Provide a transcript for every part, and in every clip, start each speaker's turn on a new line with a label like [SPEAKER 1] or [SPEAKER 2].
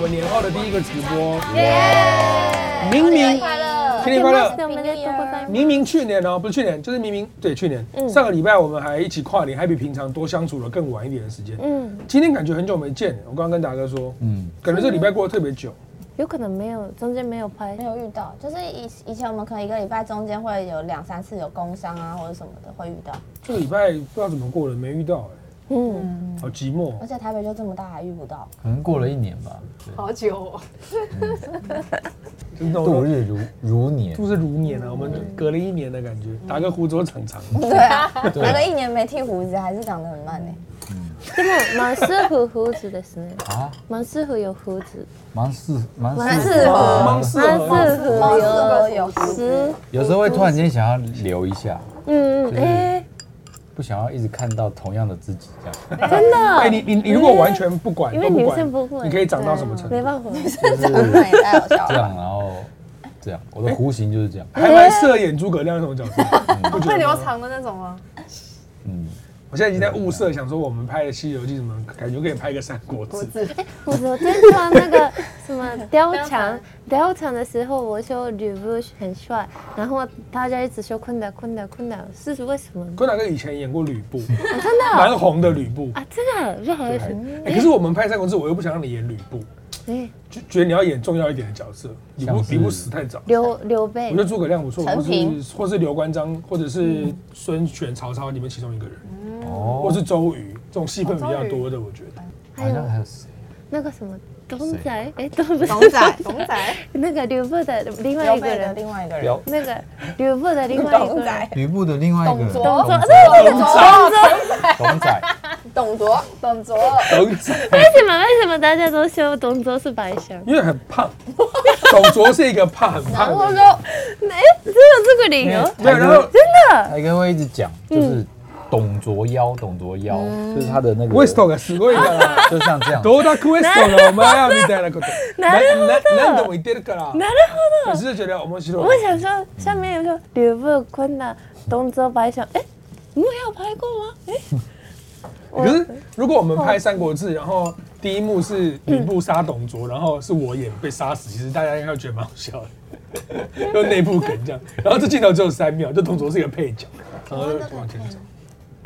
[SPEAKER 1] 们年后的第一个直播，
[SPEAKER 2] 耶！
[SPEAKER 1] 明明
[SPEAKER 2] 新年快乐！
[SPEAKER 1] 新年快乐！
[SPEAKER 3] 我们的度过在
[SPEAKER 1] 明明去年哦、不是去年，就是明明对去年、
[SPEAKER 3] 嗯
[SPEAKER 1] 上个礼拜我们还一起跨年，还比平常多相处了更晚一点的时间。
[SPEAKER 3] 嗯，
[SPEAKER 1] 今天感觉很久没见，我刚刚跟达哥说，嗯，感觉这礼拜过得特别久。
[SPEAKER 3] 有可能没有中间没有拍
[SPEAKER 2] 没，有遇到，就是以以前我们可能一个礼拜中间会有两三次有工伤啊或者什么的会遇到，
[SPEAKER 1] 这个礼拜不知道怎么过了，没遇到、
[SPEAKER 3] 嗯，
[SPEAKER 1] 哎，好寂寞
[SPEAKER 2] 而。且台北就这么大还遇不到，
[SPEAKER 4] 可能过了一年吧。对
[SPEAKER 5] 好久哦，
[SPEAKER 1] 真的，
[SPEAKER 4] 度
[SPEAKER 1] 我
[SPEAKER 4] 日如如年，
[SPEAKER 1] 度是如年啊，我们隔了一年的感觉。
[SPEAKER 3] 嗯
[SPEAKER 1] 达哥胡子都长长，
[SPEAKER 2] 对啊，
[SPEAKER 4] 对
[SPEAKER 2] 那个一年没剃胡子还是长得很慢呢、
[SPEAKER 3] でもマンスフ胡子ですね。
[SPEAKER 4] 啊，
[SPEAKER 3] マンスフ有胡子，
[SPEAKER 4] 蛮适蛮
[SPEAKER 3] 蛮
[SPEAKER 4] 适
[SPEAKER 2] 适合
[SPEAKER 1] 忙死
[SPEAKER 3] マン
[SPEAKER 1] 了。
[SPEAKER 3] スフ
[SPEAKER 2] 哦，
[SPEAKER 3] 有
[SPEAKER 2] 有有胡子，
[SPEAKER 3] 子，
[SPEAKER 4] 有时候会突然间想要留一下，
[SPEAKER 3] 嗯嗯，哎，
[SPEAKER 4] 不想要一直看到同样的自己这样。
[SPEAKER 3] 真
[SPEAKER 1] 哎，
[SPEAKER 3] 的，
[SPEAKER 1] 你你你如果完全不管，
[SPEAKER 3] 因为
[SPEAKER 1] 都
[SPEAKER 3] 女
[SPEAKER 1] 管
[SPEAKER 3] 生不会啊
[SPEAKER 1] 你可以长到什么程
[SPEAKER 3] 没
[SPEAKER 1] 度？
[SPEAKER 3] 办法，
[SPEAKER 2] 长得也太好笑
[SPEAKER 4] 这
[SPEAKER 2] 了。
[SPEAKER 4] 样，然后这样，我的弧形就是这样。
[SPEAKER 1] 还蛮适合演诸葛亮那种角 色，不觉
[SPEAKER 5] 会
[SPEAKER 1] 得
[SPEAKER 5] 留
[SPEAKER 1] 吗？
[SPEAKER 5] 长的那种吗？
[SPEAKER 4] 嗯，
[SPEAKER 1] 我现在已经在物色，想说我们拍的《西游记》什么，感觉可以拍个《三国志》。
[SPEAKER 3] 我昨天穿那个什么貂蝉， 貂蝉的时候我说 r e v 很帅，然后大家一直说坤达坤达坤达，是为什么呢？
[SPEAKER 1] 坤达哥以前演过吕布，真的蛮红的吕布。
[SPEAKER 3] 啊，真的，任何人，
[SPEAKER 1] 哎可是我们拍《三国志》，我又不想让你演吕布，
[SPEAKER 3] 哎，
[SPEAKER 1] 就觉得你要演重要一点的角色。吕布
[SPEAKER 4] 像是
[SPEAKER 1] 吕布死太早，
[SPEAKER 3] 刘刘
[SPEAKER 1] 我
[SPEAKER 3] 备
[SPEAKER 1] 觉，得诸葛亮不错，
[SPEAKER 2] 陈
[SPEAKER 1] 或
[SPEAKER 2] 平
[SPEAKER 1] 是或是刘关张，或者是孙权、曹操，你们其中一个人，或
[SPEAKER 4] 哦，
[SPEAKER 1] 是周瑜，这种戏份比较多的，我觉得。
[SPEAKER 3] 还
[SPEAKER 4] 好像
[SPEAKER 3] 有
[SPEAKER 4] 还有谁？
[SPEAKER 3] 哎那个什么东仔，哎，东不是
[SPEAKER 5] 董仔，董仔，
[SPEAKER 3] 那个吕布的另外
[SPEAKER 2] 刘
[SPEAKER 3] 一个
[SPEAKER 2] 备的
[SPEAKER 3] 人，
[SPEAKER 2] 另外一个人，
[SPEAKER 4] 刘
[SPEAKER 3] 那个吕布的另外一个
[SPEAKER 2] 董
[SPEAKER 3] 人，
[SPEAKER 2] 仔，
[SPEAKER 4] 吕布的另外一个人，
[SPEAKER 2] 董
[SPEAKER 4] 董
[SPEAKER 2] 卓
[SPEAKER 4] 卓，
[SPEAKER 2] 董卓，
[SPEAKER 4] 董仔，
[SPEAKER 2] 董卓，董卓，
[SPEAKER 1] 儿子，
[SPEAKER 3] 为什么为什么大家都说董卓是白香？
[SPEAKER 1] 因为很胖，董卓是一个胖很
[SPEAKER 2] 然
[SPEAKER 1] 胖
[SPEAKER 2] 后
[SPEAKER 1] 的
[SPEAKER 2] 就
[SPEAKER 1] 人。
[SPEAKER 3] 哎，只有这个理
[SPEAKER 4] 因为
[SPEAKER 3] 由。
[SPEAKER 1] 对，
[SPEAKER 4] 台
[SPEAKER 1] 然
[SPEAKER 4] 哥
[SPEAKER 1] 后
[SPEAKER 4] 台哥会一直讲，就是董卓腰，董卓腰，就是他的那个，
[SPEAKER 1] Weston がすごい から。
[SPEAKER 4] 就像这样。
[SPEAKER 1] どうだクエストがお前やみたいなこと。なな何度も言ってるから。
[SPEAKER 3] なるほ
[SPEAKER 1] 我
[SPEAKER 3] ど。
[SPEAKER 1] 是觉得面白
[SPEAKER 3] 我
[SPEAKER 1] い。
[SPEAKER 3] 想说，下面有说吕布、坤的董卓、白香，哎，你们有拍过吗？哎，
[SPEAKER 1] 可是如果我们拍《三国志》，然后第一幕是吕布杀董卓，然后是我演被杀死，其实大家应该会觉得蛮好笑 的，就内部梗这样。然后这镜头只有三秒，就董卓是一个配角，然后就往前走。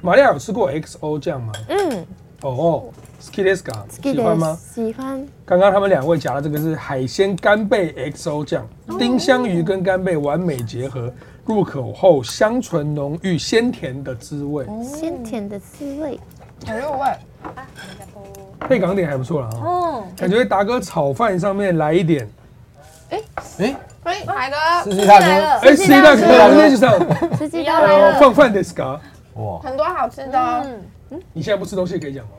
[SPEAKER 1] 玛利亚有吃过 XO 酱吗？
[SPEAKER 3] 嗯，
[SPEAKER 1] 哦哦好きですか？
[SPEAKER 3] 记
[SPEAKER 1] 喜
[SPEAKER 3] 得
[SPEAKER 1] 欢吗？
[SPEAKER 3] 喜欢。
[SPEAKER 1] 刚刚他们两位夹的这个是海鲜干贝 XO 酱，丁香鱼跟干贝完美结合，入口后香醇浓郁，鲜甜的滋味，
[SPEAKER 3] 鲜甜的滋味，
[SPEAKER 2] 很入味。
[SPEAKER 1] 配港点还不错啦哦。
[SPEAKER 2] 嗯，
[SPEAKER 1] 感觉达哥炒饭上面来一点，
[SPEAKER 4] 哎，
[SPEAKER 5] 哎，来了，
[SPEAKER 4] 司机大
[SPEAKER 5] 来
[SPEAKER 4] 哥，
[SPEAKER 5] 了，
[SPEAKER 1] 哎，谁大哥，我那就上，
[SPEAKER 3] 吃鸡
[SPEAKER 5] 要来
[SPEAKER 3] 蛋
[SPEAKER 5] 了
[SPEAKER 1] 呃放饭的 ska，
[SPEAKER 4] 哇，
[SPEAKER 2] 很多好吃的哦，
[SPEAKER 1] 你现在不吃东西可以讲吗？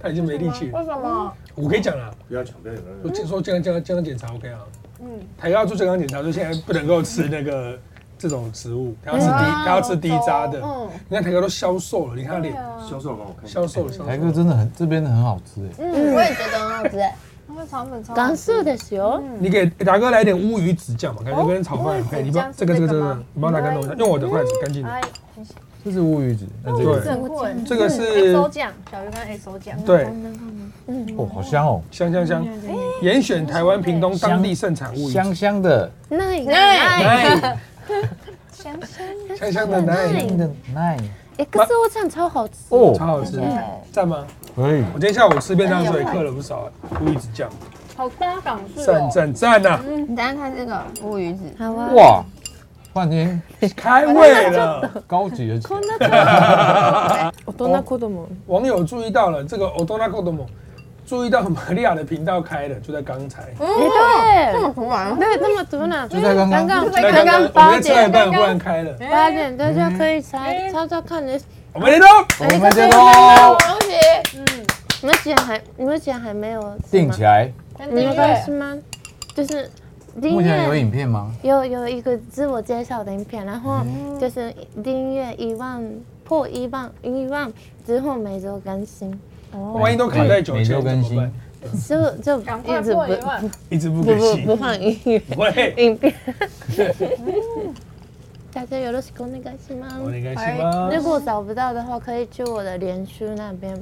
[SPEAKER 1] 他已经没力气了，
[SPEAKER 2] 为什么？
[SPEAKER 1] 我可以讲了。
[SPEAKER 6] 不要抢，不要抢，
[SPEAKER 1] 我健说健康健康健康检查 OK 啊，嗯，他要做健康检查，就现在不能够吃那个这种食物，他要吃低，他要吃低渣的。
[SPEAKER 2] 嗯
[SPEAKER 1] 你看台哥都消瘦了，你看他脸
[SPEAKER 6] 销售帮我看一下。
[SPEAKER 1] 消瘦了，消
[SPEAKER 4] 台
[SPEAKER 1] 瘦
[SPEAKER 4] 哥
[SPEAKER 1] 了。
[SPEAKER 4] 真的很，这边的很好吃哎。
[SPEAKER 2] 嗯，我也觉得很好吃。
[SPEAKER 5] 那个肠粉超好
[SPEAKER 3] 港
[SPEAKER 5] 吃，
[SPEAKER 3] 式的时候，
[SPEAKER 1] 你给达哥来点乌鱼子酱嘛，感觉跟炒饭很配。你帮这个这个这个，你帮达哥弄一下，用我的筷子，干净的。
[SPEAKER 5] 哎，
[SPEAKER 4] 这是乌鱼子，那
[SPEAKER 1] 对
[SPEAKER 4] 这个
[SPEAKER 5] 很贵
[SPEAKER 1] 这个是
[SPEAKER 5] XO 酱，小鱼干 XO 酱，
[SPEAKER 1] 对，
[SPEAKER 4] 哦，好香哦，
[SPEAKER 1] 香香香，严选台湾屏东当地盛产乌鱼
[SPEAKER 4] 香
[SPEAKER 1] 子，
[SPEAKER 4] 香的，
[SPEAKER 3] 那个
[SPEAKER 1] 哎，
[SPEAKER 5] 香香
[SPEAKER 1] 香香的奶，
[SPEAKER 4] 香的奶，
[SPEAKER 3] XO 酱超好吃，
[SPEAKER 1] 超
[SPEAKER 4] 哦，
[SPEAKER 1] 好吃，赞吗？
[SPEAKER 4] 可以，
[SPEAKER 1] 我今天下午吃便当的时候也刻了不少乌鱼子酱，
[SPEAKER 5] 好搭港式
[SPEAKER 1] 赞
[SPEAKER 5] 哦，
[SPEAKER 1] 赞赞啊呐！
[SPEAKER 2] 你等一下看这个乌鱼子，
[SPEAKER 3] 好啊。
[SPEAKER 4] 哇，幻天
[SPEAKER 1] 开
[SPEAKER 3] 哎
[SPEAKER 1] 胃了，
[SPEAKER 4] 高级的起来，
[SPEAKER 3] 我都那哭的吗？
[SPEAKER 1] 网友注意到了这个 Odona g o d o m o 注意到玛利亚的频道开了，就在刚才。
[SPEAKER 3] 哎，对。
[SPEAKER 2] 很完
[SPEAKER 3] 对，那么突然，
[SPEAKER 4] 就在刚刚
[SPEAKER 3] 刚
[SPEAKER 1] 在
[SPEAKER 3] 刚刚哎
[SPEAKER 1] 我
[SPEAKER 3] 八
[SPEAKER 1] 们在吃完
[SPEAKER 3] 点，
[SPEAKER 1] 饭忽然开了，
[SPEAKER 3] 八点大家可以猜猜猜看，你
[SPEAKER 1] 我们来喽！
[SPEAKER 4] 我们这哦都
[SPEAKER 2] 恭喜，
[SPEAKER 3] 你们居然还你们居然还没有
[SPEAKER 4] 定起
[SPEAKER 3] 来，
[SPEAKER 4] 来。
[SPEAKER 5] 跟
[SPEAKER 3] 你
[SPEAKER 5] 订
[SPEAKER 3] 们刚
[SPEAKER 5] 阅
[SPEAKER 3] 是吗？就是订
[SPEAKER 4] 目前有
[SPEAKER 3] 阅
[SPEAKER 4] 影片吗？
[SPEAKER 3] 有有一个自我介绍的影片，然后
[SPEAKER 4] 嗯
[SPEAKER 3] 就是订阅一万破一万一万之后每周更新，
[SPEAKER 1] 万一都卡在九
[SPEAKER 4] 每
[SPEAKER 1] 千
[SPEAKER 4] 周
[SPEAKER 1] 怎
[SPEAKER 4] 更
[SPEAKER 1] 么
[SPEAKER 4] 新
[SPEAKER 1] 办？，
[SPEAKER 3] 就就
[SPEAKER 5] 赶快
[SPEAKER 3] 一直
[SPEAKER 5] 过
[SPEAKER 3] 不
[SPEAKER 5] 一万，
[SPEAKER 1] 一直不
[SPEAKER 3] 不
[SPEAKER 1] 更
[SPEAKER 3] 不不
[SPEAKER 1] 新。
[SPEAKER 3] 放音乐
[SPEAKER 1] 喂，
[SPEAKER 3] 影片。大家よろしくお願いします
[SPEAKER 1] 我。应该行吗？
[SPEAKER 3] 如果找不到的话，可以去我的脸书那边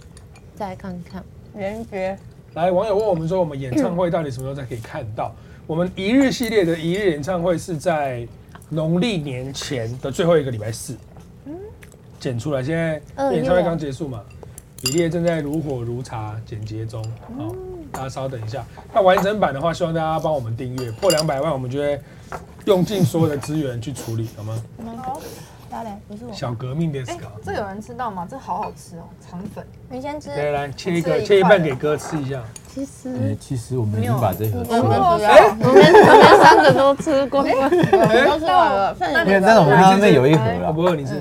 [SPEAKER 3] 再看看。
[SPEAKER 2] 元觉，
[SPEAKER 1] 来，网友问我们说，我们演唱会到底什么时候才可以看到？我们一日系列的一日演唱会是在农历年前的最后一个礼拜四，剪出来。现在
[SPEAKER 3] 二月
[SPEAKER 1] 演唱会刚结束嘛，比列正在如火如茶剪接中，好，大家稍等一下。那完整版的话，希望大家帮我们订阅，破两百万，我们就会用尽所有的资源去处理，好吗？
[SPEAKER 5] 好，
[SPEAKER 2] 漂亮，不是我。
[SPEAKER 1] 小革命的思
[SPEAKER 5] 哎
[SPEAKER 1] 考。，
[SPEAKER 5] 这有人吃到吗？这好好吃哦，肠粉。
[SPEAKER 2] 你先吃，
[SPEAKER 1] 来来来，切一
[SPEAKER 5] 我
[SPEAKER 1] 个，
[SPEAKER 5] 吃
[SPEAKER 1] 切一
[SPEAKER 5] 一块
[SPEAKER 1] 半给哥吃一下。
[SPEAKER 3] 其实
[SPEAKER 4] 哎，其实我们已经把这盒吃
[SPEAKER 2] 我们
[SPEAKER 5] 哦
[SPEAKER 4] 了。
[SPEAKER 2] 不要，
[SPEAKER 1] 哎
[SPEAKER 2] 我们
[SPEAKER 3] 我们三个都吃过，
[SPEAKER 2] 啊我们都吃啊完了，剩下
[SPEAKER 5] 哎那
[SPEAKER 4] 因
[SPEAKER 5] 你
[SPEAKER 4] 为
[SPEAKER 2] 的
[SPEAKER 4] 但是我们刚刚那有一盒啊
[SPEAKER 1] 我
[SPEAKER 4] 了，
[SPEAKER 1] 不饿，你吃。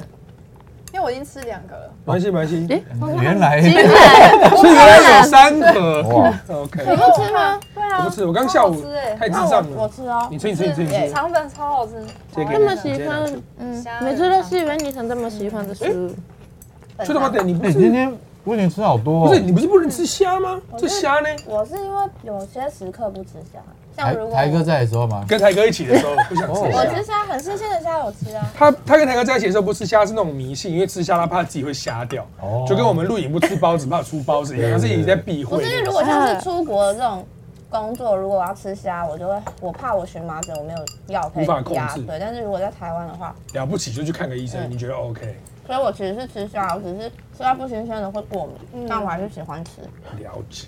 [SPEAKER 5] 因为我已经吃两个了，
[SPEAKER 1] 没关系，没关系。
[SPEAKER 4] 原来
[SPEAKER 1] 所以原来有三盒。
[SPEAKER 4] 哇，
[SPEAKER 1] OK，
[SPEAKER 2] 你不吃吗？
[SPEAKER 5] 对啊，
[SPEAKER 1] 我不吃，我刚下午
[SPEAKER 5] 超好吃哎
[SPEAKER 1] 太智
[SPEAKER 2] 欸那
[SPEAKER 1] 障
[SPEAKER 2] 我我
[SPEAKER 1] 了。
[SPEAKER 2] 吃哦
[SPEAKER 1] 你。吃，你吃，你吃，你
[SPEAKER 2] 是
[SPEAKER 1] 吃。
[SPEAKER 5] 肠粉超好吃，
[SPEAKER 1] 这个
[SPEAKER 5] 好
[SPEAKER 1] 这
[SPEAKER 3] 这
[SPEAKER 1] 么
[SPEAKER 3] 么
[SPEAKER 1] 喜
[SPEAKER 3] 喜
[SPEAKER 1] 欢
[SPEAKER 3] 欢，
[SPEAKER 5] 吃
[SPEAKER 2] 嗯，
[SPEAKER 5] 虾仁
[SPEAKER 3] 每次都
[SPEAKER 5] 肠
[SPEAKER 3] 是原你成这么喜欢的食物。
[SPEAKER 1] 就他妈的，你不
[SPEAKER 4] 哎，
[SPEAKER 1] 是
[SPEAKER 4] 今天我已经吃好多
[SPEAKER 1] 不是
[SPEAKER 4] 哦。
[SPEAKER 1] 你不是不能吃虾吗？这虾呢？
[SPEAKER 2] 我是因为有些时刻不吃虾，像
[SPEAKER 4] 台
[SPEAKER 2] 如果
[SPEAKER 4] 台哥在的时候吗？
[SPEAKER 1] 跟台哥一起的时候不想
[SPEAKER 4] 哦
[SPEAKER 1] 吃
[SPEAKER 2] 我
[SPEAKER 1] 虾
[SPEAKER 2] 吃。虾，很新鲜的虾我吃啊。
[SPEAKER 1] 他他跟台哥在一起的时候不吃虾是那种迷信，因为吃虾他怕自己会瞎掉，
[SPEAKER 4] 哦
[SPEAKER 1] 就跟我们录影不吃包子怕出包子一样，他是一直在避
[SPEAKER 2] 不
[SPEAKER 1] 讳
[SPEAKER 2] 是因为
[SPEAKER 1] 那个。
[SPEAKER 2] 如果像是出国这种工作，如果我要吃虾，我就会我怕我荨麻疹，我没有药可以
[SPEAKER 1] 无法控
[SPEAKER 2] 压。
[SPEAKER 1] 制
[SPEAKER 2] 对，但是如果在台湾的话，
[SPEAKER 1] 了不起就去看个医生，你觉得 OK？
[SPEAKER 2] 所以我其实是吃虾，我只是吃到不新鲜的会过敏，但我还是喜欢吃。
[SPEAKER 1] 了解。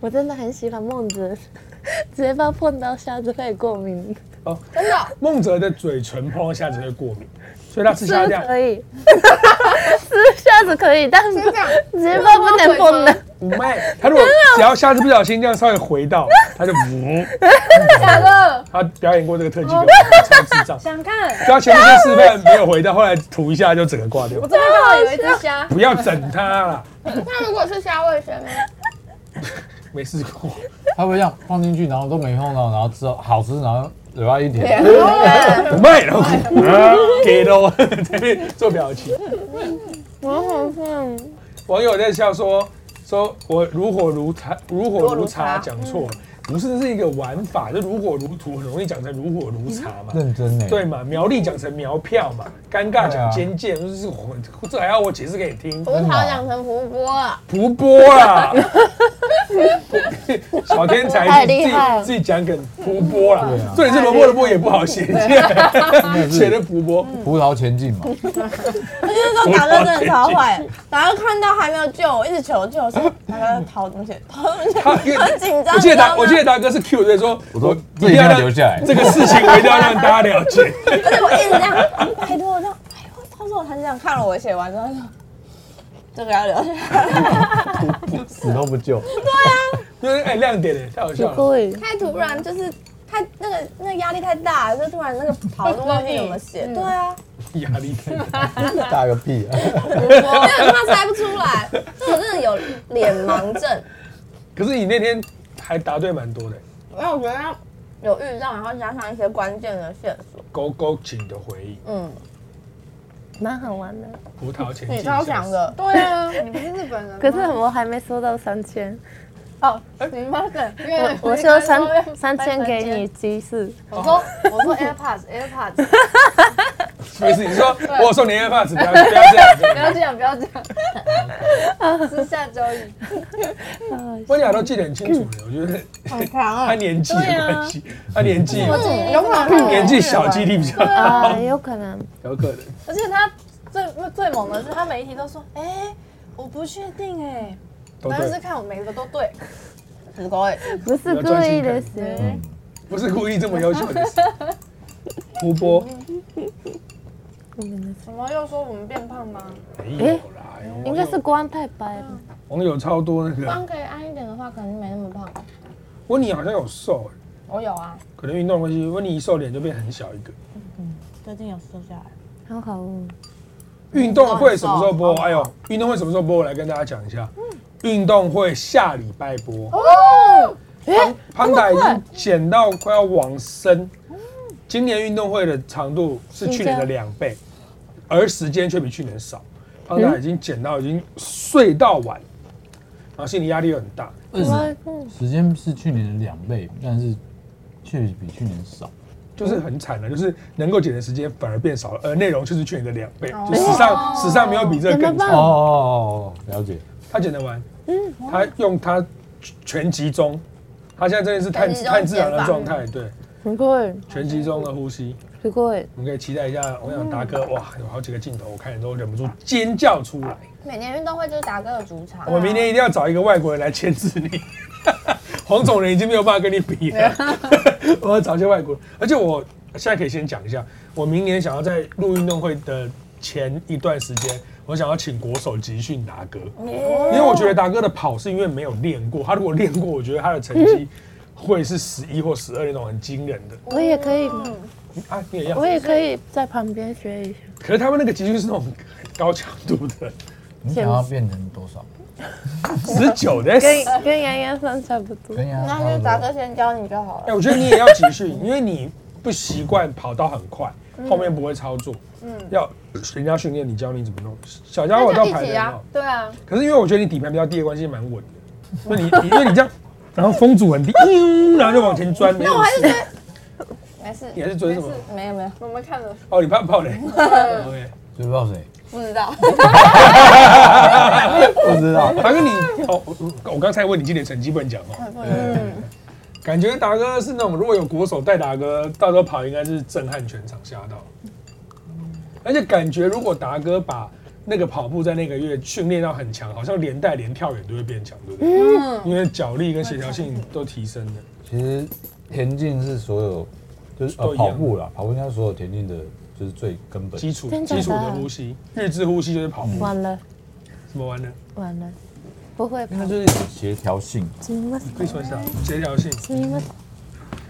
[SPEAKER 3] 我真的很喜欢孟子，直接把碰到虾子会过敏，
[SPEAKER 5] 真的
[SPEAKER 1] 哦孟哲的嘴唇碰到虾子会过敏，所以他吃虾
[SPEAKER 3] 是
[SPEAKER 1] 这样。
[SPEAKER 3] 可以，是虾子可以，但是
[SPEAKER 5] 这样
[SPEAKER 3] 直接把不能碰的。
[SPEAKER 1] 不卖。 他如果只要下次不小心这样稍微回 到，他就呜。
[SPEAKER 5] 假的，
[SPEAKER 1] 他表演过这个特技，
[SPEAKER 5] 哦
[SPEAKER 1] 超智 障。
[SPEAKER 5] 想看，
[SPEAKER 1] 他前面先示范没有回到，后来涂一下就整个挂掉
[SPEAKER 5] 我。这边刚好有一只虾，
[SPEAKER 1] 不要整他啦，
[SPEAKER 2] 啊那如果是虾 味鲜呢？
[SPEAKER 1] 没试过。
[SPEAKER 4] 他会这样放进去，然后都没碰到，然后吃到好吃，然后嘴巴一舔，
[SPEAKER 2] 啊
[SPEAKER 1] 不卖了， 啊给喽，在那边做表情。
[SPEAKER 3] 我好看，
[SPEAKER 1] 网友在笑说说我如火如茶，如火如茶讲错
[SPEAKER 5] 嗯
[SPEAKER 1] 了，不是这是一个玩法，就如火如荼很容易讲成如火如茶嘛。
[SPEAKER 4] 认真呢。
[SPEAKER 1] 对嘛，苗栗讲成苗票嘛，尴尬
[SPEAKER 4] 对
[SPEAKER 1] 讲
[SPEAKER 4] 啊
[SPEAKER 1] 尖剑，就是我这还要我解释给你听。
[SPEAKER 3] 哦
[SPEAKER 2] 葡萄养成胡波啊，
[SPEAKER 1] 胡波 啊，小天才
[SPEAKER 3] 太
[SPEAKER 1] 自己
[SPEAKER 3] 厉害了
[SPEAKER 1] 自己讲梗胡波啦
[SPEAKER 4] 对
[SPEAKER 1] 重
[SPEAKER 4] 啊，
[SPEAKER 1] 点是萝卜的波也不好写，写的胡波，
[SPEAKER 3] 嗯
[SPEAKER 4] 葡萄前进嘛，
[SPEAKER 2] 我就是说打哥真的超坏，打哥看到还没有救我，一直求救，我说打哥逃东 西，逃东西，
[SPEAKER 1] 他因为
[SPEAKER 2] 很紧张。
[SPEAKER 1] 我记得达，
[SPEAKER 2] 你
[SPEAKER 1] 我
[SPEAKER 2] 知
[SPEAKER 1] 记得
[SPEAKER 2] 道吗
[SPEAKER 1] 达哥是 Q 的，说
[SPEAKER 4] 我说这一定要留下来。
[SPEAKER 1] 这个事情我一定要让大家了解。
[SPEAKER 2] 而且我一直这样，拜托我这样，哎呦，操作他就这样看了我写完之后就，这个要留下。
[SPEAKER 4] 死都不救。
[SPEAKER 1] 就是哎亮点的，太好笑了。
[SPEAKER 3] 对，
[SPEAKER 2] 太突然，
[SPEAKER 5] 嗯
[SPEAKER 2] 就是太那个那个压力太大，就突 然那个跑动忘记怎么写。
[SPEAKER 5] 嗯
[SPEAKER 2] 对啊，
[SPEAKER 1] 压力太大，
[SPEAKER 4] 大个屁啊！
[SPEAKER 2] 我没有他猜不出来，所以我真的有脸盲症。
[SPEAKER 1] 可是你那天还答对蛮多的，
[SPEAKER 2] 因为我觉得有遇到，然后加上一些关键的线索，
[SPEAKER 1] 勾勾起你的回忆，
[SPEAKER 2] 嗯，
[SPEAKER 3] 蛮好玩的。
[SPEAKER 1] 葡萄前进。
[SPEAKER 2] 你超强的，
[SPEAKER 5] 对啊，你不是日本人吗，
[SPEAKER 3] 可是我还没收到三千，
[SPEAKER 5] 哦，你妈的，因 为
[SPEAKER 3] 我我说三三千给你，几次？
[SPEAKER 5] 我说我 说 AirPods AirPods，
[SPEAKER 1] 没事，你说我送你 AirPods，不要不要这 样。
[SPEAKER 5] 不要这样不要这样， 私下交易，
[SPEAKER 1] 温雅都记得很清楚的，我觉得
[SPEAKER 2] 很强
[SPEAKER 1] 他
[SPEAKER 2] 啊！
[SPEAKER 1] 年纪的关系，
[SPEAKER 3] 啊
[SPEAKER 1] 他年纪
[SPEAKER 5] 嗯
[SPEAKER 2] 有可能看我
[SPEAKER 1] 年纪小，记忆力比较好，
[SPEAKER 3] 啊，有可能。
[SPEAKER 1] 有可能。
[SPEAKER 5] 而且他最最猛的是他每一题都说，哎，我不确定哎，
[SPEAKER 1] 都
[SPEAKER 5] 但是
[SPEAKER 1] 哦对，
[SPEAKER 5] 看我每个都对，
[SPEAKER 2] 子狗也
[SPEAKER 3] 不是故意的事，
[SPEAKER 1] 不是故意这么优秀 的事。胡波
[SPEAKER 5] 什么又说我们变胖吗？
[SPEAKER 1] 没有啦，哎呦
[SPEAKER 3] 嗯应该是光太白了。
[SPEAKER 1] 网友超多那个，
[SPEAKER 2] 光可以暗一点的话，可能没那么胖。
[SPEAKER 1] 温妮好像有瘦，
[SPEAKER 2] 我有啊，
[SPEAKER 1] 可能运动的关系，温妮一瘦脸就变很小一个。
[SPEAKER 2] 最近有瘦下来。
[SPEAKER 3] 好好哦，
[SPEAKER 1] 运动会什么时候播？哎呦，运动会什么时候播？我来跟大家讲一下。运动会下礼拜播。哦，胖达已经减到快要往生。今年运动会的长度是去年的两倍，而时间却比去年少。胖达已经减到已经睡到晚，然后心理压力又很大。
[SPEAKER 3] 嗯
[SPEAKER 4] 二十时间是去年的两倍，但是确实比去年少。
[SPEAKER 1] 就是很惨的，就是能够减的时间反而变少了，而内容却是哦去年的两倍，就史上史上没有比这个
[SPEAKER 3] 怎么
[SPEAKER 1] 更
[SPEAKER 3] 办
[SPEAKER 1] 惨。
[SPEAKER 4] 哦哦哦，了解。
[SPEAKER 1] 他剪得完，
[SPEAKER 2] 嗯
[SPEAKER 1] 他用他全集中，他现在真的是
[SPEAKER 2] 全
[SPEAKER 1] 太
[SPEAKER 2] 集中
[SPEAKER 1] 太自然
[SPEAKER 2] 减
[SPEAKER 1] 的
[SPEAKER 2] 法
[SPEAKER 1] 状态，对，
[SPEAKER 3] すごい
[SPEAKER 1] 全集中的呼吸，
[SPEAKER 3] すごい。
[SPEAKER 1] 我们可以期待一下。我想达哥，哇，有好几个镜头，我看都忍不住尖叫出来。
[SPEAKER 2] 每年运动会就是达哥的主场
[SPEAKER 1] 我。们明天一定要找一个外国人来牵制你。 黄种人已经没有办法跟你比了， 我要找一些外国人。而且我现在可以先讲一下，我明年想要在录运动会的前一段时间，我想要请国手集训达哥，
[SPEAKER 6] 哦
[SPEAKER 1] 因为我觉得达哥的跑是因为没有练过，他如果练过，我觉得他的成绩会是十一或十二那种很惊人的。
[SPEAKER 6] 我也可以，
[SPEAKER 1] 啊，你也要
[SPEAKER 6] 我？也可以在旁边学一下。
[SPEAKER 1] 可是他们那个集训是那种很高强度的，
[SPEAKER 4] 你想要变成多少？
[SPEAKER 2] 嗯
[SPEAKER 1] 十九的。哎，
[SPEAKER 6] 跟跟洋洋上差不多
[SPEAKER 4] 可。以啊，
[SPEAKER 2] 那
[SPEAKER 4] 差
[SPEAKER 2] 就
[SPEAKER 4] 不
[SPEAKER 2] 达
[SPEAKER 4] 多
[SPEAKER 2] 哥先教你就好了。
[SPEAKER 1] 哎我觉得你也要集训，因为你不习惯跑到很快，后面不会操作。嗯，要人家训练你，教你怎么弄。小家伙
[SPEAKER 5] 那
[SPEAKER 1] 到
[SPEAKER 5] 就一
[SPEAKER 1] 排
[SPEAKER 5] 起
[SPEAKER 1] 的很
[SPEAKER 5] 啊
[SPEAKER 1] 好，，
[SPEAKER 5] 对啊，
[SPEAKER 1] 可是因为我觉得你底盘比较低的关系，蛮稳的。所以你你因为你这样，然后风阻很低，嗯然后就往前钻，没有事。
[SPEAKER 2] 没事，
[SPEAKER 1] 你还是追什么？
[SPEAKER 2] 没有没有，
[SPEAKER 5] 我们看了
[SPEAKER 1] 哦，你怕爆雷。OK，
[SPEAKER 4] 追不到谁？
[SPEAKER 2] 不知道。
[SPEAKER 4] 不知道。
[SPEAKER 1] 达哥你哦，我我刚才问你今年成绩不能讲哦。嗯。感觉达哥是那种如果有国手带达哥，到时候跑应该是震撼全场，吓到。而且感觉如果达哥把那个跑步在那个月训练到很强，好像连带连跳远都会变强，对不对？
[SPEAKER 5] 嗯，
[SPEAKER 1] 因为脚力跟协调性都提升了。
[SPEAKER 4] 其实田径是所有就是
[SPEAKER 1] 都
[SPEAKER 4] 呃
[SPEAKER 1] 一样
[SPEAKER 4] 跑步啦，跑步应该是所有田径的就是最根本。
[SPEAKER 1] 基础
[SPEAKER 3] 真假
[SPEAKER 1] 基
[SPEAKER 3] 的
[SPEAKER 1] 础的呼吸，日志呼吸就是跑步。
[SPEAKER 3] 完了
[SPEAKER 1] 怎么玩呢？
[SPEAKER 3] 完了，不会跑
[SPEAKER 4] 那。就是协调性，
[SPEAKER 3] すみません
[SPEAKER 1] 可以说一下协调性。
[SPEAKER 3] すみません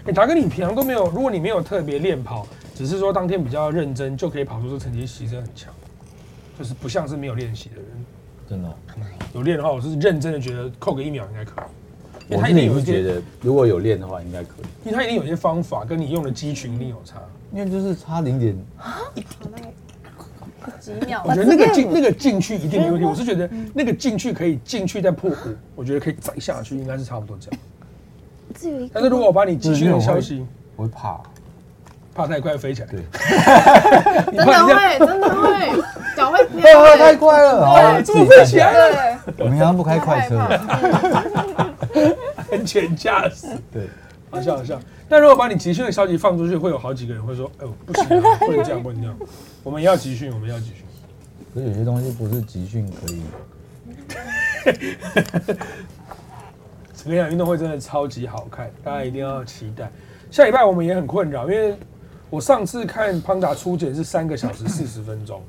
[SPEAKER 1] 哎、达哥，你平常都没有，如果你没有特别练跑，只是说当天比较认真，就可以跑出这成绩，其实很强。就是不像是没有练习的人，
[SPEAKER 4] 真的哦。
[SPEAKER 1] 有练的话，我是认真的觉得扣个一秒应该可以，因为
[SPEAKER 4] 我
[SPEAKER 1] 他一
[SPEAKER 4] 自
[SPEAKER 1] 定
[SPEAKER 4] 己
[SPEAKER 1] 有
[SPEAKER 4] 会
[SPEAKER 1] 一
[SPEAKER 4] 觉
[SPEAKER 1] 些，
[SPEAKER 4] 得，如果有练的话，应该可以。
[SPEAKER 1] 因为他一定有一些方法跟你用的肌群一定有差。
[SPEAKER 4] 因为就是差零点，
[SPEAKER 5] 几秒
[SPEAKER 1] 我觉得那个进那个进去一定没问
[SPEAKER 5] 嗯
[SPEAKER 1] 题，我是觉得那个进去可以进去再破五，我觉得可以再下去，应该是差不多这样。
[SPEAKER 3] 只有一个
[SPEAKER 1] 但是如果我把你集训的消
[SPEAKER 4] 不是因
[SPEAKER 1] 息，
[SPEAKER 4] 我会怕。
[SPEAKER 1] 怕太快飞起来，
[SPEAKER 4] 对，
[SPEAKER 1] 你
[SPEAKER 5] 真的
[SPEAKER 1] 怕你这样
[SPEAKER 5] 会，真的 会，脚会
[SPEAKER 4] 啊
[SPEAKER 5] 飘
[SPEAKER 4] 太
[SPEAKER 5] 欸，
[SPEAKER 4] 快了，好，自己站起来。
[SPEAKER 5] 对，
[SPEAKER 4] 我们刚刚不开快车
[SPEAKER 5] 好，害怕
[SPEAKER 1] 安全驾驶。
[SPEAKER 4] 对，
[SPEAKER 1] 好笑好笑。啊但如果把你集训的消息放出去，会有好几个人会说：“哎、呦，不行、啊，不能这样，不能这样。我们要集训，我们要集训。
[SPEAKER 4] 可是有些东西不是集训可以。”
[SPEAKER 1] 整个运动会真的超级好看，大家一定要期待。下礼拜我们也很困扰，因为我上次看胖达初检是三个小时四十分 钟，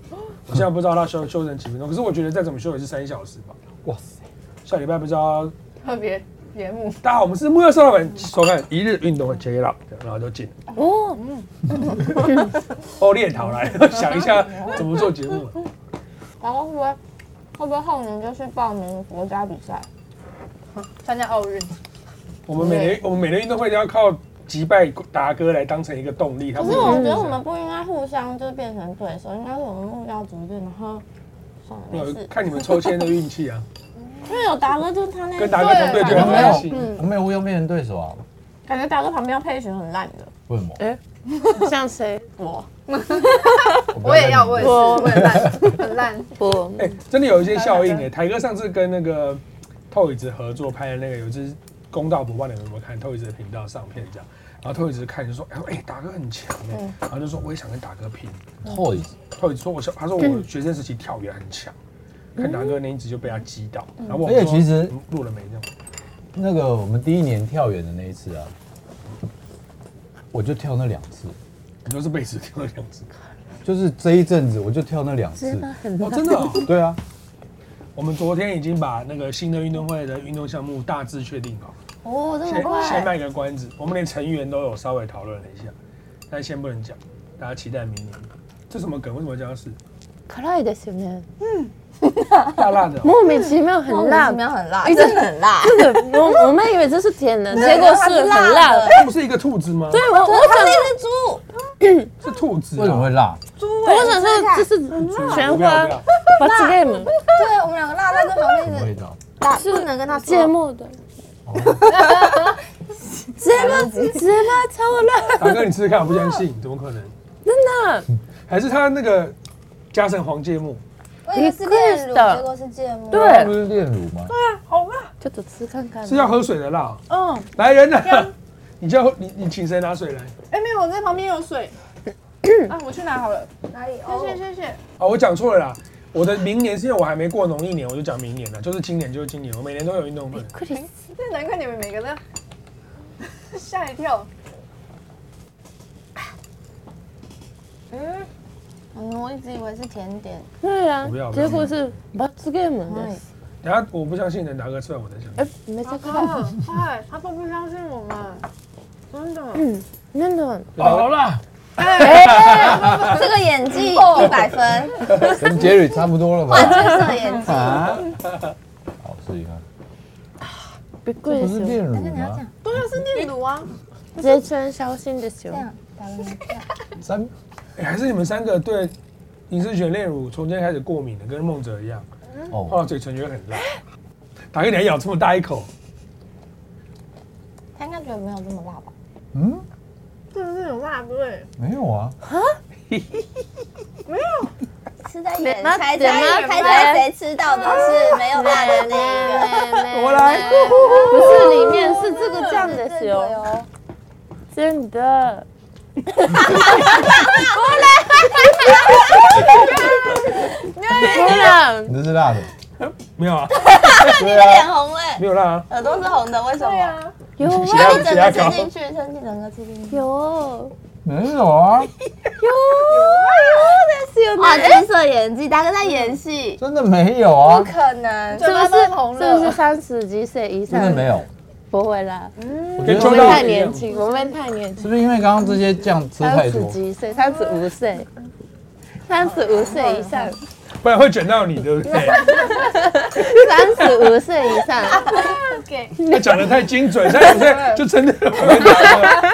[SPEAKER 1] 我现在不知道他休休整几分钟，可是我觉得再怎么休也是三小时吧。
[SPEAKER 4] 哇塞，
[SPEAKER 1] 下礼拜不知道
[SPEAKER 5] 特别节目，
[SPEAKER 1] 大家好，我们是木曜少老板，收看一日运动会 J 老，然后就进 哦，哦猎桃来想一下怎么做节目了。
[SPEAKER 2] 然后会不会会不会后年就去报名国家比赛？
[SPEAKER 5] 参加奥运，
[SPEAKER 1] 我们每年我们每年运动会都要靠击败达哥来当成一个动力。可
[SPEAKER 2] 可是我觉得我们不应该互相就变成对手，应该是我们目标逐渐，然后算了，
[SPEAKER 1] 没
[SPEAKER 2] 没
[SPEAKER 1] 有
[SPEAKER 2] 事。
[SPEAKER 1] 看你们抽签的运 气啊，
[SPEAKER 2] 因为有达哥，就他那
[SPEAKER 1] 跟达哥同队
[SPEAKER 2] 啊
[SPEAKER 5] 对
[SPEAKER 1] 对很开心。
[SPEAKER 2] 嗯
[SPEAKER 4] 我没有互相变成对手啊，
[SPEAKER 2] 感觉达哥旁边配选很烂的。
[SPEAKER 4] 为什么？
[SPEAKER 6] 像谁？
[SPEAKER 2] 我
[SPEAKER 5] 我也要，我也是，
[SPEAKER 6] 我
[SPEAKER 5] 我也烂，很烂，
[SPEAKER 6] 我
[SPEAKER 1] 哎、真的有一些效应哎、台哥上次跟那个透椅子合作拍的那个有一支《公道不忘》，你们有没有看？透椅子的频道上片这样，然后透椅子看就说：“哎、哎，达哥很强哎、
[SPEAKER 2] 嗯
[SPEAKER 1] 然后就说：“我也想跟达哥拼。”
[SPEAKER 4] 后一次
[SPEAKER 1] 透椅子说：“我小，他
[SPEAKER 2] 嗯
[SPEAKER 1] 说我学生时期跳远很强。”看达哥那一集就被他击倒，然后我
[SPEAKER 4] 而且其实
[SPEAKER 1] 嗯录了没这样，
[SPEAKER 4] 那个我们第一年跳远的那一次啊，我就跳那两次，
[SPEAKER 1] 你都是被子跳了两次，
[SPEAKER 4] 就是这一阵子我就跳那两次。
[SPEAKER 1] 哦，真的、哦。
[SPEAKER 4] 对啊，
[SPEAKER 1] 我们昨天已经把那个新的运动会的运动项目大致确定好，
[SPEAKER 3] 哦，这么
[SPEAKER 1] 先
[SPEAKER 3] 快
[SPEAKER 1] 先。卖个关子，我们连成员都有稍微讨论了一下，但先不能讲，大家期待明年。这什么梗？为什么叫 是
[SPEAKER 3] 辛いですよね。
[SPEAKER 1] 大辣的哦、
[SPEAKER 6] 莫名其妙很辣，
[SPEAKER 2] 没有很辣，哎真的很辣，
[SPEAKER 6] 这个我我们以为这是甜 的，结果是很辣的。
[SPEAKER 1] 它不是一个兔子 吗？
[SPEAKER 6] 对，我我
[SPEAKER 2] 它
[SPEAKER 6] 想
[SPEAKER 2] 是一只猪，
[SPEAKER 1] 是兔子、啊。
[SPEAKER 4] 为什么会辣？
[SPEAKER 6] 我想说这是
[SPEAKER 1] 我
[SPEAKER 6] 全
[SPEAKER 1] 不要
[SPEAKER 6] 花
[SPEAKER 1] 不要，
[SPEAKER 6] 把这 game
[SPEAKER 2] 对我们两个辣在这旁边
[SPEAKER 4] 什
[SPEAKER 2] 一
[SPEAKER 4] 么
[SPEAKER 2] 直
[SPEAKER 4] 味道？
[SPEAKER 2] 辣，不能跟他
[SPEAKER 6] 芥
[SPEAKER 2] 说。
[SPEAKER 6] 末的。 芥末，芥末超辣！
[SPEAKER 1] 达哥，你试试看，我不 相信，怎么可能？
[SPEAKER 6] 真的，
[SPEAKER 1] 还是他那个加成黄芥末？
[SPEAKER 2] 我我以为是炼乳，结果是芥末。
[SPEAKER 3] 对
[SPEAKER 4] 不是炼乳吗？
[SPEAKER 7] 好辣，
[SPEAKER 3] 就只吃看看。
[SPEAKER 1] 是要喝水的辣。哦
[SPEAKER 3] 哦
[SPEAKER 7] 嗯，
[SPEAKER 1] 来人呐， 你叫你你请谁拿水来？
[SPEAKER 7] 哎，没有，我在旁边有水。啊，我去拿好了，
[SPEAKER 2] 哪里？
[SPEAKER 7] 谢谢
[SPEAKER 2] 哦，
[SPEAKER 7] 谢谢。
[SPEAKER 1] 哦，我讲错了啦。我的明年是因为我还没过农历年，我就讲明年了，就是今年就是今年，我每年都有运动会。
[SPEAKER 3] 哎可是
[SPEAKER 2] 这难怪你们每个人 吓一跳。嗯，嗯，我一直以为是甜点。
[SPEAKER 3] 对啊
[SPEAKER 1] 我不要，
[SPEAKER 3] 结果是把这个门的
[SPEAKER 2] 哎，
[SPEAKER 1] 等下我不相信能拿个出来，我再讲。
[SPEAKER 3] 哎，没吃看。
[SPEAKER 2] 啊，哎，他都不相信我们，真的。
[SPEAKER 3] 真的，
[SPEAKER 4] 好啦，
[SPEAKER 2] 哎这个演技一百分，
[SPEAKER 4] 跟 Jerry 差不多了吧？
[SPEAKER 2] 这个演技。
[SPEAKER 4] 啊，好试一下，
[SPEAKER 3] 不贵
[SPEAKER 4] 不
[SPEAKER 3] 的
[SPEAKER 4] 是
[SPEAKER 3] 时
[SPEAKER 4] 炼乳吗？
[SPEAKER 2] 对啊，是炼乳啊。
[SPEAKER 3] 候，直接穿小心的时候，
[SPEAKER 4] 三
[SPEAKER 1] 哎还是你们三个对饮食选炼乳从今天开始过敏的，跟梦哲一样，后
[SPEAKER 4] 哦，
[SPEAKER 1] 来嘴唇就会很辣。打开你还咬这么大一口，
[SPEAKER 2] 他应该觉得没有这么辣吧？
[SPEAKER 4] 嗯，
[SPEAKER 7] 是不是有辣味？
[SPEAKER 4] 没有啊，
[SPEAKER 2] 是在
[SPEAKER 3] 演
[SPEAKER 2] 演
[SPEAKER 3] 猜
[SPEAKER 2] 猜猜
[SPEAKER 3] 猜猜猜
[SPEAKER 2] 猜
[SPEAKER 3] 猜
[SPEAKER 2] 猜谁吃到的是没有辣的那个？
[SPEAKER 1] 我来。
[SPEAKER 3] 不是里面是哦这个这样的时候，真的。不然，
[SPEAKER 4] 你这是辣的，
[SPEAKER 1] 没有啊，
[SPEAKER 4] 对啊，
[SPEAKER 2] 脸红哎，
[SPEAKER 1] 没有辣啊。
[SPEAKER 2] 耳朵是红的，为什么？
[SPEAKER 3] 有
[SPEAKER 1] 血
[SPEAKER 3] 啊
[SPEAKER 1] 压
[SPEAKER 2] 整
[SPEAKER 1] 血
[SPEAKER 2] 个
[SPEAKER 1] 压
[SPEAKER 2] 吃
[SPEAKER 1] 高。
[SPEAKER 2] 进去，身体整个吃进去。
[SPEAKER 3] 有，
[SPEAKER 4] 没有啊，
[SPEAKER 2] 哇，金色演技，大哥在演戏，
[SPEAKER 4] 真的没有啊，
[SPEAKER 2] 可能
[SPEAKER 3] 是不是？是不是三十几岁以
[SPEAKER 4] 真
[SPEAKER 3] 上
[SPEAKER 4] 的没有。
[SPEAKER 3] 不会啦？
[SPEAKER 4] 我
[SPEAKER 1] 跟
[SPEAKER 4] 觉
[SPEAKER 3] 我
[SPEAKER 1] 周
[SPEAKER 3] 们
[SPEAKER 1] 大伟
[SPEAKER 3] 太
[SPEAKER 1] 一
[SPEAKER 3] 年
[SPEAKER 1] 样，
[SPEAKER 3] 轻，我们太年轻。
[SPEAKER 4] 是不是因为刚刚这些酱吃
[SPEAKER 3] 三
[SPEAKER 4] 太
[SPEAKER 3] 十
[SPEAKER 4] 多？
[SPEAKER 3] 几岁，三十 五岁，三十五岁以上，
[SPEAKER 1] 不然会卷到你，对不对？
[SPEAKER 3] 三十五岁以 上，
[SPEAKER 1] 他讲的太精准，现在不是就真的不会打了。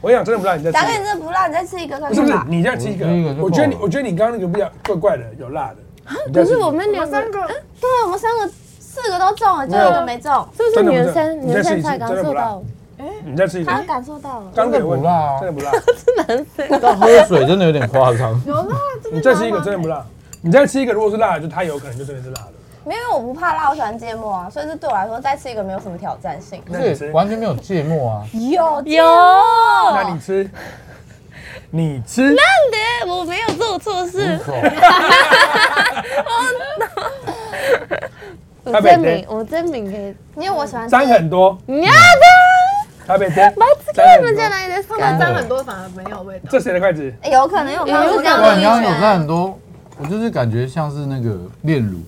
[SPEAKER 1] 我跟你讲，真的不让你再
[SPEAKER 2] 大哥，
[SPEAKER 1] 吃
[SPEAKER 2] 你，这不辣，你再吃一个看
[SPEAKER 1] 不是不
[SPEAKER 2] 看
[SPEAKER 1] 是
[SPEAKER 2] 吧？？
[SPEAKER 1] 你再吃一个
[SPEAKER 4] 我吃一个就够，了
[SPEAKER 1] 我觉得你，我觉得你刚刚那个比较怪怪的，有辣的。你再
[SPEAKER 3] 可
[SPEAKER 1] 吃一
[SPEAKER 3] 啊是
[SPEAKER 1] 个
[SPEAKER 3] 我们两个，
[SPEAKER 2] 对，啊我们三个四个都中了，就
[SPEAKER 1] 有
[SPEAKER 2] 一个没中。
[SPEAKER 3] 是不是
[SPEAKER 1] 真的不
[SPEAKER 3] 女
[SPEAKER 1] 是
[SPEAKER 3] 生
[SPEAKER 1] 你
[SPEAKER 3] 女
[SPEAKER 1] 再试
[SPEAKER 3] 生
[SPEAKER 1] 一次
[SPEAKER 3] 才感
[SPEAKER 1] 真的
[SPEAKER 3] 受
[SPEAKER 1] 不辣
[SPEAKER 3] 到？
[SPEAKER 1] 你再吃一个，
[SPEAKER 2] 他感受到了，
[SPEAKER 1] 刚刚有问
[SPEAKER 4] 真的不
[SPEAKER 1] 题
[SPEAKER 4] 辣啊
[SPEAKER 1] 真的不辣。
[SPEAKER 4] 但喝水真的有点夸 张。
[SPEAKER 1] 你再吃一个，真的不辣。你再吃一个，如果是辣的，就它有可能就真的是辣的。
[SPEAKER 2] 没有，因为我不怕辣，我喜欢芥末啊，所以这对我来说再吃一个没有什么挑战性。
[SPEAKER 4] 不是完全没有芥末啊，
[SPEAKER 2] 有
[SPEAKER 3] 有，
[SPEAKER 1] 那你吃，你吃，
[SPEAKER 3] 我没有做错事。 我
[SPEAKER 1] 台北
[SPEAKER 3] 证
[SPEAKER 1] 的
[SPEAKER 3] 明，我证明可以。
[SPEAKER 2] 因为我喜欢吃
[SPEAKER 1] 沾很多，
[SPEAKER 3] 你要的，
[SPEAKER 1] 台北的，
[SPEAKER 3] 为
[SPEAKER 1] 沾
[SPEAKER 3] 什么
[SPEAKER 1] 很
[SPEAKER 3] 进
[SPEAKER 1] 多。
[SPEAKER 3] 来的？
[SPEAKER 4] 沾很多，
[SPEAKER 1] 这谁的筷子？
[SPEAKER 2] 有可能有可能是这样
[SPEAKER 4] 对，啊
[SPEAKER 2] 的
[SPEAKER 4] 你
[SPEAKER 2] 一
[SPEAKER 4] 刚刚有
[SPEAKER 2] 圈，
[SPEAKER 4] 蘸很多，我就是感觉像是那个炼乳，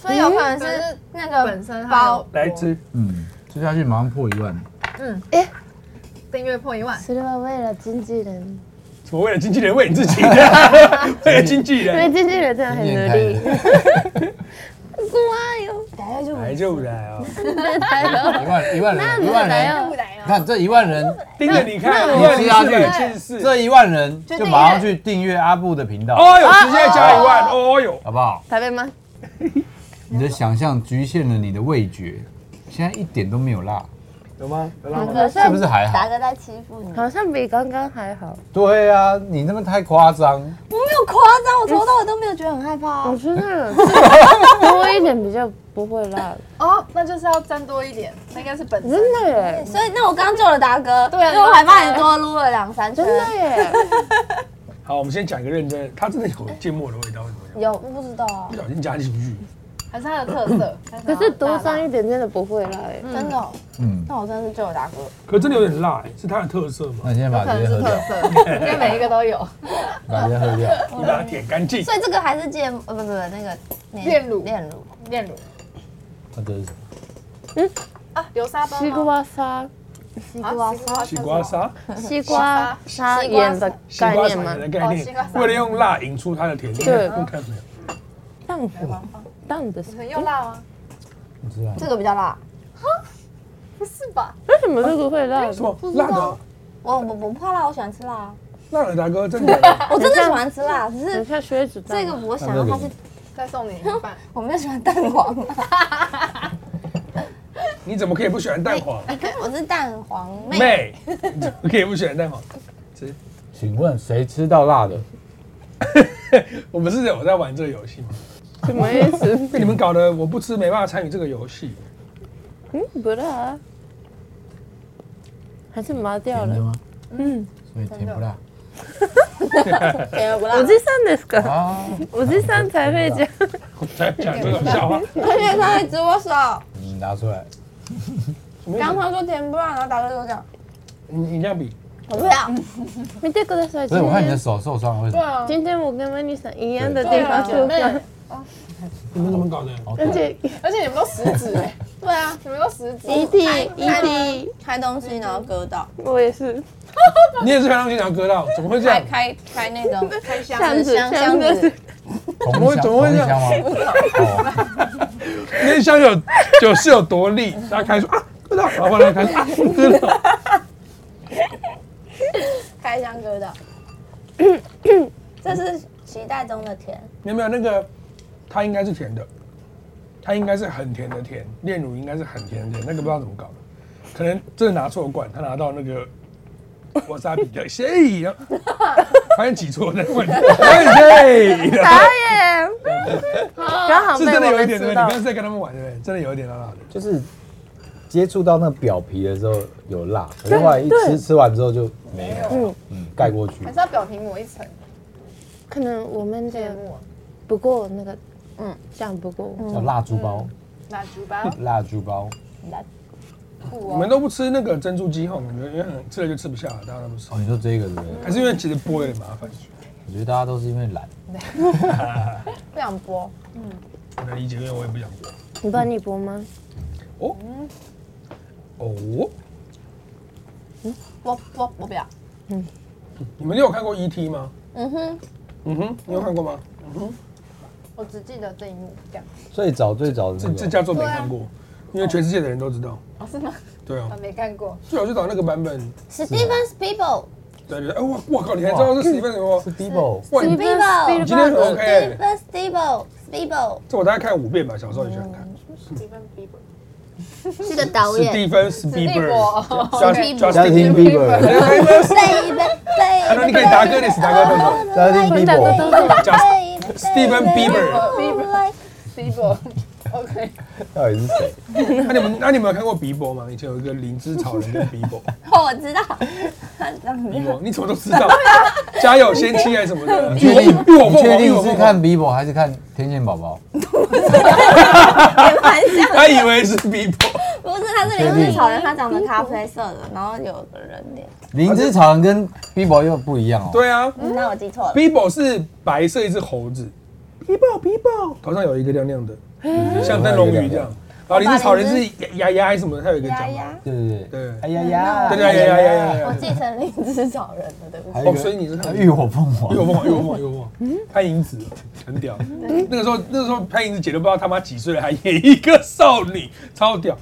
[SPEAKER 2] 所以有可能是那个本身包
[SPEAKER 1] 来吃，
[SPEAKER 4] 嗯，吃下去马上破一万，
[SPEAKER 3] 是吧？为了经纪人，
[SPEAKER 1] 怎么为了经纪人为你自 己？为了经纪
[SPEAKER 3] 因
[SPEAKER 1] 人
[SPEAKER 3] 为，经纪人真的很
[SPEAKER 4] 今年
[SPEAKER 3] 努
[SPEAKER 4] 开
[SPEAKER 3] 力。
[SPEAKER 4] 始
[SPEAKER 3] 乖哟，
[SPEAKER 1] 来就来哦，
[SPEAKER 4] 一万一万
[SPEAKER 3] 那
[SPEAKER 4] 人，
[SPEAKER 3] 你
[SPEAKER 4] 一万
[SPEAKER 3] 来
[SPEAKER 4] 人，
[SPEAKER 3] 哦。
[SPEAKER 4] 你看这一万 人，
[SPEAKER 1] 盯着你看，
[SPEAKER 4] 我
[SPEAKER 1] 一万
[SPEAKER 4] 吃
[SPEAKER 1] 零四百
[SPEAKER 4] 下去
[SPEAKER 1] 七十四。
[SPEAKER 4] 这一万人就马上去订阅阿布的频道，
[SPEAKER 1] 哦哟，直接加一万，哦哟，
[SPEAKER 4] 好不好？
[SPEAKER 3] 台北吗？
[SPEAKER 4] 你的想象局限了你的味觉，现在一点都没有辣，
[SPEAKER 1] 有吗？有辣吗？
[SPEAKER 2] 可
[SPEAKER 4] 是不是还好
[SPEAKER 2] 达？哥在欺负你，
[SPEAKER 3] 好像比刚刚还好。
[SPEAKER 4] 对啊，你那么太夸张，
[SPEAKER 2] 我没有夸张，我从头到尾都没有觉得很害怕啊
[SPEAKER 3] 我。觉得多一点比较不会辣，
[SPEAKER 8] 哦，那就是要沾多一点，那应该是本身。
[SPEAKER 3] 真的耶，
[SPEAKER 2] 所以那我刚救了达哥，对
[SPEAKER 8] 啊
[SPEAKER 2] 因为我还帮你多撸了两三圈
[SPEAKER 3] 真。的耶，
[SPEAKER 1] 好，我们先讲一个认真的，它真的有芥末的味道，怎么样？
[SPEAKER 2] 有，我不知道啊
[SPEAKER 1] 不，小心加进去，
[SPEAKER 8] 还是它的特色。
[SPEAKER 3] 可是多
[SPEAKER 8] 酸，
[SPEAKER 3] 沾一点真的不会辣耶。
[SPEAKER 2] 真的哦，
[SPEAKER 4] 嗯，
[SPEAKER 2] 那我真的是救了达哥。
[SPEAKER 1] 可真的有点辣，哎是它的特色嘛？
[SPEAKER 4] 那你先把
[SPEAKER 8] 可
[SPEAKER 4] 这些
[SPEAKER 8] 能是
[SPEAKER 4] 喝
[SPEAKER 8] 特
[SPEAKER 4] 掉，
[SPEAKER 8] 色，应该每一个都有。
[SPEAKER 4] 把这些喝掉。
[SPEAKER 1] 你把它舔干净。
[SPEAKER 2] 所以这个还是芥末，呃，不不不，那个
[SPEAKER 8] 炼乳
[SPEAKER 2] 炼乳。
[SPEAKER 8] 炼乳
[SPEAKER 4] 那这是什么？
[SPEAKER 8] 啊，流沙包
[SPEAKER 3] 西
[SPEAKER 8] 吗？
[SPEAKER 3] 瓜沙，
[SPEAKER 2] 西瓜沙，
[SPEAKER 1] 西瓜沙，
[SPEAKER 3] 西瓜沙盐的
[SPEAKER 1] 西
[SPEAKER 3] 概
[SPEAKER 1] 瓜
[SPEAKER 3] 念
[SPEAKER 1] 沙
[SPEAKER 3] 吗？
[SPEAKER 1] 的概
[SPEAKER 8] 哦西
[SPEAKER 1] 念
[SPEAKER 8] 瓜，沙
[SPEAKER 1] 为了用辣引出它的甜甜，
[SPEAKER 3] 对
[SPEAKER 1] 你看没有？
[SPEAKER 3] 淡火，淡的是
[SPEAKER 8] 你们又辣吗？
[SPEAKER 4] 不知道。
[SPEAKER 2] 这个比较辣，
[SPEAKER 8] 不是吧？
[SPEAKER 3] 为什么这个会辣？
[SPEAKER 1] 什么辣的？
[SPEAKER 2] 我我不怕辣，我喜欢吃辣啊，
[SPEAKER 1] 辣的大哥，真 的
[SPEAKER 2] 我真的喜欢吃辣，只
[SPEAKER 3] 等一
[SPEAKER 2] 是
[SPEAKER 3] 下靴子
[SPEAKER 2] 这
[SPEAKER 3] 这
[SPEAKER 2] 个
[SPEAKER 3] 个
[SPEAKER 2] 我想
[SPEAKER 4] 那
[SPEAKER 2] 要
[SPEAKER 4] 这个
[SPEAKER 2] 它是，
[SPEAKER 8] 再送你一半。
[SPEAKER 2] 我没有喜欢蛋黄啊，
[SPEAKER 1] 你怎么可以不喜欢蛋黄
[SPEAKER 2] 我哎是蛋黄妹。
[SPEAKER 1] 妹？你怎么可以不喜欢蛋黄？
[SPEAKER 4] 请问谁吃到辣的？
[SPEAKER 1] 我们是有在玩这个游戏吗？
[SPEAKER 6] 什么意思？
[SPEAKER 1] 被你们搞得我不吃没办法参与这个游戏。
[SPEAKER 6] 嗯，不辣啊，还是麻掉
[SPEAKER 4] 甜的
[SPEAKER 6] 了。
[SPEAKER 4] 吗？嗯，所以甜不辣
[SPEAKER 2] 甜而不辣
[SPEAKER 6] 我。这上的是个，
[SPEAKER 4] 啊。
[SPEAKER 6] 我这上才会讲。
[SPEAKER 1] 来讲这种笑话，
[SPEAKER 2] 而且他还指我手，
[SPEAKER 4] 你拿出来，
[SPEAKER 1] 嗯
[SPEAKER 2] 然后他说甜不辣，然后打个嗯手讲，
[SPEAKER 1] 你你这样比，
[SPEAKER 2] 我不要。
[SPEAKER 6] 見てください。
[SPEAKER 4] 所以我看你的手受伤了，为什
[SPEAKER 8] 对
[SPEAKER 4] 么？
[SPEAKER 8] 啊，
[SPEAKER 6] 今天我跟温妮桑一样的
[SPEAKER 8] 对
[SPEAKER 6] 地
[SPEAKER 8] 啊
[SPEAKER 6] 方
[SPEAKER 8] 姐
[SPEAKER 6] 受
[SPEAKER 8] 妹，
[SPEAKER 6] 伤，
[SPEAKER 1] 你们怎么搞的？
[SPEAKER 4] 好
[SPEAKER 6] 而
[SPEAKER 4] 痛
[SPEAKER 6] 且
[SPEAKER 8] 而且你们都食指哎，
[SPEAKER 2] 对啊，
[SPEAKER 8] 你们都食指，
[SPEAKER 6] 一滴
[SPEAKER 2] E
[SPEAKER 6] 一滴，
[SPEAKER 2] 开东西然后割到，
[SPEAKER 6] 我也是
[SPEAKER 1] 你也是漂亮经常割到，怎么会这
[SPEAKER 2] 开
[SPEAKER 1] 样？
[SPEAKER 2] 开开那 种
[SPEAKER 8] 开箱
[SPEAKER 6] 这样子，
[SPEAKER 2] 箱
[SPEAKER 6] 这样
[SPEAKER 2] 箱子
[SPEAKER 6] 子，
[SPEAKER 4] 同
[SPEAKER 1] 么会
[SPEAKER 4] 一箱
[SPEAKER 1] 怎么会
[SPEAKER 4] 同一
[SPEAKER 1] 这样
[SPEAKER 4] 箱吗？哦
[SPEAKER 1] 那箱有有是有多利，大家开说啊割到，然后后来开始啊割到，
[SPEAKER 2] 开箱割到。这是期待中的甜，
[SPEAKER 1] 你有没有那个？它应该是甜的，它应该是很甜的甜，炼乳应该是很甜的甜，那个不知道怎么搞的，可能真的拿错罐，他拿到那 个。我沙比的谁 呀？发现挤错那个罐，哎
[SPEAKER 4] 哦
[SPEAKER 1] 谁？
[SPEAKER 6] 刚好
[SPEAKER 1] 啊是
[SPEAKER 6] 被
[SPEAKER 1] 真的
[SPEAKER 6] 我
[SPEAKER 1] 有一
[SPEAKER 6] 们
[SPEAKER 1] 点对不对？你
[SPEAKER 6] 知道
[SPEAKER 1] 刚。刚在跟他们玩对不对？真的有一点辣辣的。
[SPEAKER 4] 就是接触到那表皮的时候有辣，可是后来一吃吃完之后就没有，嗯盖过去
[SPEAKER 8] 还。是要表皮抹一层，
[SPEAKER 6] 可能我们
[SPEAKER 8] 芥
[SPEAKER 6] 的
[SPEAKER 8] 末、
[SPEAKER 6] 不过那个，嗯，这样不过，
[SPEAKER 4] 叫蜡烛包，
[SPEAKER 8] 蜡烛包，
[SPEAKER 4] 蜡烛包，
[SPEAKER 8] 酷
[SPEAKER 1] 你们
[SPEAKER 8] 哦，
[SPEAKER 1] 都不吃那个珍珠鸡后，你们因为很吃了就吃不下了，大家都不吃
[SPEAKER 4] 哦，。你说这个对不对？
[SPEAKER 1] 还是因为其实剥有点麻烦，
[SPEAKER 4] 我觉得大家都是因为懒，
[SPEAKER 8] 不想剥，
[SPEAKER 1] 我能理解，因为我也不想剥。
[SPEAKER 6] 你帮你播吗？
[SPEAKER 1] 哦，
[SPEAKER 8] 剥剥我不要，
[SPEAKER 1] 你们有看过 E.T. 吗？
[SPEAKER 2] 嗯哼，
[SPEAKER 1] 嗯哼，你有看过吗？
[SPEAKER 8] 我只记得这一幕这样，
[SPEAKER 4] 最早最早的
[SPEAKER 1] 这这
[SPEAKER 4] 那个
[SPEAKER 1] 叫做没看过，因为全世界的人都知道。
[SPEAKER 8] 哦是吗？
[SPEAKER 1] 对啊
[SPEAKER 8] 我，没看过，
[SPEAKER 1] 最好就找那个版本。
[SPEAKER 2] Steven's People，
[SPEAKER 1] 对对，对哎我我靠，你还知道是史蒂芬什么？
[SPEAKER 4] 是 Bibo，
[SPEAKER 1] 哇，你
[SPEAKER 2] People，
[SPEAKER 1] 今天很 OK，
[SPEAKER 2] Steven's People。People
[SPEAKER 1] 这我大概看五遍吧，小时候也喜欢看。
[SPEAKER 8] 一份比本，
[SPEAKER 2] 是个导
[SPEAKER 1] 史
[SPEAKER 2] 演
[SPEAKER 1] 蒂芬史蒂芬，Justin
[SPEAKER 4] Justin Bieber，
[SPEAKER 1] 那你可以达哥的史达哥动手
[SPEAKER 4] Justin Bieber，
[SPEAKER 1] ，Justin Steven Bieber。
[SPEAKER 8] 比本 ，OK，
[SPEAKER 4] 到底是谁？
[SPEAKER 1] 那你们那你们有看过比伯吗？以前有一个灵芝草人跟比伯。
[SPEAKER 2] 哦，我知道，他长
[SPEAKER 1] 比
[SPEAKER 2] 这样
[SPEAKER 1] 伯，你怎么都知道？家有仙妻还是什么的？
[SPEAKER 4] 你确定？
[SPEAKER 1] 与我
[SPEAKER 4] 你
[SPEAKER 1] 凤
[SPEAKER 4] 确
[SPEAKER 1] 凰，与
[SPEAKER 4] 定
[SPEAKER 1] 我
[SPEAKER 4] 是
[SPEAKER 1] 凤
[SPEAKER 4] 看
[SPEAKER 1] 凰。
[SPEAKER 4] Bibo 还是看天线宝宝？
[SPEAKER 2] 也蛮像。
[SPEAKER 1] 他以为是比伯，
[SPEAKER 2] 不是，他是流是草人，他长得咖啡色的，然后有个人脸。
[SPEAKER 4] 灵芝草人跟 Bibo 又不一样哦。
[SPEAKER 1] 对啊，
[SPEAKER 2] 嗯那我记错了。
[SPEAKER 1] 比伯是白色一只猴子，比伯比伯头上有一个亮亮的，像灯笼鱼这样。然后灵芝草人是牙牙牙还是什么的？它有一个
[SPEAKER 2] 丫
[SPEAKER 1] 讲法。
[SPEAKER 2] 丫，
[SPEAKER 4] 对对对。
[SPEAKER 1] 对
[SPEAKER 4] 哎呀呀！
[SPEAKER 1] 对对呀呀呀呀呀！
[SPEAKER 2] 我
[SPEAKER 1] 呀
[SPEAKER 2] 继承灵芝草人了，对不起。
[SPEAKER 4] 还有一
[SPEAKER 1] 哦
[SPEAKER 4] 个
[SPEAKER 1] 所以你是看
[SPEAKER 4] 浴火凤凰，
[SPEAKER 1] 有凤凰，有凤凰，有凤凰，潘迎紫很屌。那个时候，那个时候潘迎紫姐都不知道他妈几岁了，还演一个少女， 超屌。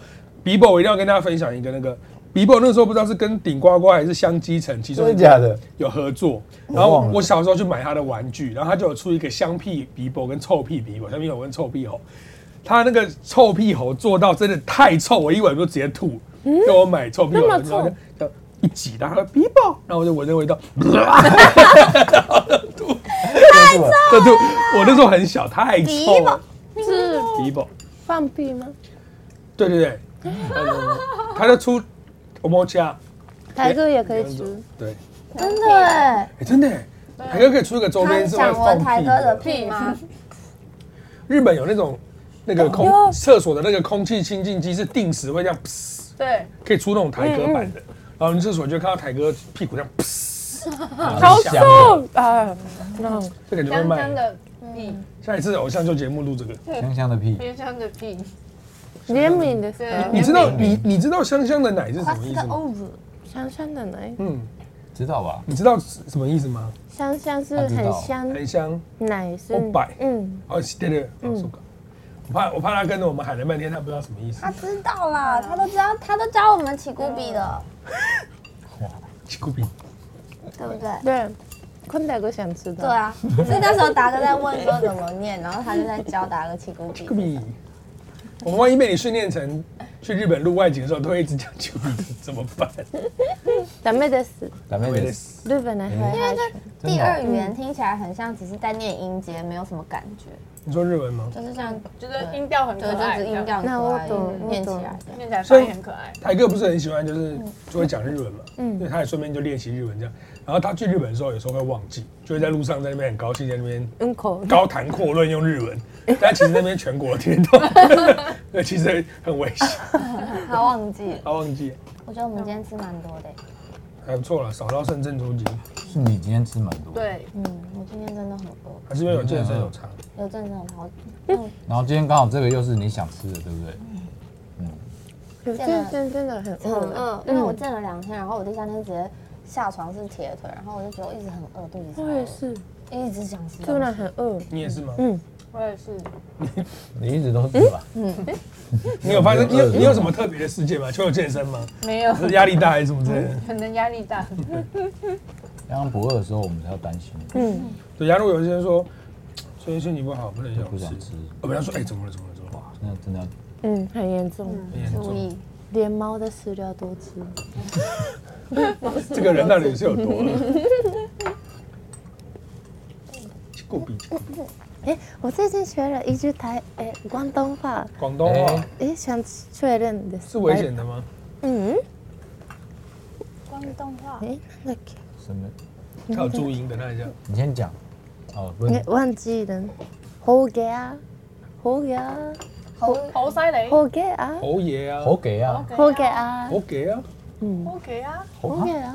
[SPEAKER 1] Bibo 我一定要跟大家分享一个那个 Bibo 那个时候不知道是跟顶呱呱还是香积城，其中
[SPEAKER 4] 真
[SPEAKER 1] 一
[SPEAKER 4] 的
[SPEAKER 1] 个
[SPEAKER 4] 假的？
[SPEAKER 1] 有合作。
[SPEAKER 4] 我
[SPEAKER 1] 然后
[SPEAKER 4] 忘了
[SPEAKER 1] 我小时候去买他的玩具，然后他就有出一个香屁鼻伯跟臭屁鼻伯，香屁猴跟臭屁猴。他那个臭屁猴做到真的太臭，我一闻就直接吐。给我买臭屁猴，然后就就一挤，然后鼻伯，然后我就闻那味道，
[SPEAKER 4] 太臭！
[SPEAKER 1] 这吐。我那时候很小，太臭了。
[SPEAKER 6] 是
[SPEAKER 1] 鼻伯，
[SPEAKER 6] 放屁吗？
[SPEAKER 1] 对对对，嗯他就出我摸家，
[SPEAKER 6] 台哥也可以吃，
[SPEAKER 1] 对，
[SPEAKER 2] 真的哎，
[SPEAKER 1] 哎真的耶，台哥可以出一个周边是会
[SPEAKER 2] 想
[SPEAKER 1] 放
[SPEAKER 2] 闻台
[SPEAKER 1] 屁
[SPEAKER 2] 哥的
[SPEAKER 1] 的。
[SPEAKER 2] 屁吗？
[SPEAKER 1] 日本有那种那个空厕所的那个空气清净机是定时会这样，噗
[SPEAKER 8] 对，
[SPEAKER 1] 可以出那种台哥版的。然后你厕所就看到台哥屁股这样，噗
[SPEAKER 4] 好香
[SPEAKER 6] 哦啊，那
[SPEAKER 1] 这感觉会
[SPEAKER 8] 香香
[SPEAKER 1] 卖。
[SPEAKER 8] 的屁，
[SPEAKER 1] 下一次偶像秀节目录这个，
[SPEAKER 4] 的，香香的屁。
[SPEAKER 8] 香香的屁，
[SPEAKER 6] 怜悯的
[SPEAKER 8] 对
[SPEAKER 6] 是
[SPEAKER 1] 你知道你你知道香香的奶是什么意思吗？
[SPEAKER 6] 香香的奶，
[SPEAKER 1] 嗯，
[SPEAKER 4] 知道吧？
[SPEAKER 1] 你知道什么意思吗？
[SPEAKER 6] 香香是
[SPEAKER 4] 他知
[SPEAKER 6] 很
[SPEAKER 4] 道
[SPEAKER 6] 香，
[SPEAKER 1] 很香
[SPEAKER 6] 奶是
[SPEAKER 1] 欧拜
[SPEAKER 6] 嗯，
[SPEAKER 1] 哦，对对，嗯，说我怕我怕他跟着我们喊了半天，他不知道什么意思
[SPEAKER 2] 他。知道啦，他都知道，他都教我们起古比的，
[SPEAKER 1] 奇酷比，
[SPEAKER 2] 对不对？
[SPEAKER 6] 对，坤大哥想吃的，
[SPEAKER 2] 对啊，所以那时候达哥在问说怎么念，然后他就在教达哥起古比
[SPEAKER 1] 酷。比。我们万一被你训练成去日本录外景的时候，都会一直讲求你怎么办？
[SPEAKER 3] ダメです。
[SPEAKER 4] 咱们也是
[SPEAKER 3] 日本人还
[SPEAKER 1] 因
[SPEAKER 3] 还
[SPEAKER 4] 真
[SPEAKER 2] 第
[SPEAKER 4] 的
[SPEAKER 2] 二
[SPEAKER 4] 哦
[SPEAKER 2] 语言听起来很像只是在念音节，没有什么感觉，
[SPEAKER 1] 你说日文吗？
[SPEAKER 2] 就是这样，
[SPEAKER 8] 就是音调很可
[SPEAKER 2] 对，就
[SPEAKER 8] 爱，
[SPEAKER 2] 是音
[SPEAKER 8] 这样
[SPEAKER 2] 调很
[SPEAKER 3] 那
[SPEAKER 2] 可
[SPEAKER 3] 我
[SPEAKER 2] 爱
[SPEAKER 3] 懂我
[SPEAKER 2] 念起来
[SPEAKER 3] 懂
[SPEAKER 2] 这样。
[SPEAKER 8] 念起来
[SPEAKER 1] 所
[SPEAKER 8] 发
[SPEAKER 1] 以
[SPEAKER 8] 音很可爱。
[SPEAKER 1] 台哥不是很喜欢，就是就会讲日文嘛，嗯，所以他也顺便就练习日文这样。然后他去日本的时候，有时候会忘记，就会在路上在那边很高兴，在那边
[SPEAKER 3] うんこ。
[SPEAKER 1] 高谈阔论用日文， 但其实那边全国听得懂， 对，其实很危险，
[SPEAKER 2] 他忘记，
[SPEAKER 1] 他忘记
[SPEAKER 2] 我觉得我们今天吃蛮多的，
[SPEAKER 1] 还不错了，少到剩正出级，
[SPEAKER 4] 是你今天吃蛮多，，
[SPEAKER 8] 对，
[SPEAKER 2] 嗯，我今天真的很饿，
[SPEAKER 1] 还是因为有健身有差。
[SPEAKER 2] 有阵子很好，
[SPEAKER 4] 然后今天刚好这个又是你想吃的，对不对？
[SPEAKER 1] 嗯
[SPEAKER 3] 真真真的很
[SPEAKER 9] 嗯
[SPEAKER 2] 很
[SPEAKER 3] 饿。
[SPEAKER 2] 饿，因为我震了两天，然后我第三天直接下床是铁腿，然后我就觉得我一直很饿，肚子超
[SPEAKER 3] 我也是，
[SPEAKER 2] 饿，一直想吃东西，
[SPEAKER 3] 突然很饿。
[SPEAKER 1] 你也是吗？
[SPEAKER 8] 我也是。
[SPEAKER 4] 你一直都是吧？
[SPEAKER 1] 你有
[SPEAKER 8] 嗯
[SPEAKER 1] 发生你有你有什么特别的事件吗？就有健身吗？
[SPEAKER 8] 没有，
[SPEAKER 1] 是压力大还是什么之类的？
[SPEAKER 8] 可能压力 大。
[SPEAKER 4] 刚刚不饿的时候，我们才要担心，
[SPEAKER 1] 对，假如有些人说，所以身体不好，不能
[SPEAKER 4] 就
[SPEAKER 1] 想
[SPEAKER 4] 不想
[SPEAKER 1] 吃，
[SPEAKER 4] 吃，
[SPEAKER 1] 我跟他说，哎，怎么了？怎么了？怎么哎了？
[SPEAKER 4] 那真的要
[SPEAKER 3] 嗯，很严重，
[SPEAKER 1] 很严
[SPEAKER 2] 注
[SPEAKER 1] 重。
[SPEAKER 2] 意，
[SPEAKER 3] 连猫的饲料都吃。
[SPEAKER 1] 这个人到底是有多饿？够比
[SPEAKER 3] 哎，我最近学了一句台哎广东话，
[SPEAKER 1] 广东话
[SPEAKER 4] 哎
[SPEAKER 3] 哎想确认的
[SPEAKER 1] 是危。险的吗？
[SPEAKER 3] 嗯，
[SPEAKER 10] 关于动画，
[SPEAKER 3] 哎，那个
[SPEAKER 4] 什么？
[SPEAKER 1] 他有注音，等他一下。
[SPEAKER 4] 你先讲，哦，不
[SPEAKER 3] 哎
[SPEAKER 4] 是，
[SPEAKER 3] 忘记了，好嘅啊，好嘅啊，
[SPEAKER 8] 好犀利
[SPEAKER 3] 好嘅啊，
[SPEAKER 1] 侯爷啊，
[SPEAKER 4] 猴给啊，
[SPEAKER 3] 好嘅啊，
[SPEAKER 1] 侯给啊，
[SPEAKER 8] ，OK 啊，
[SPEAKER 3] 好嘅啊，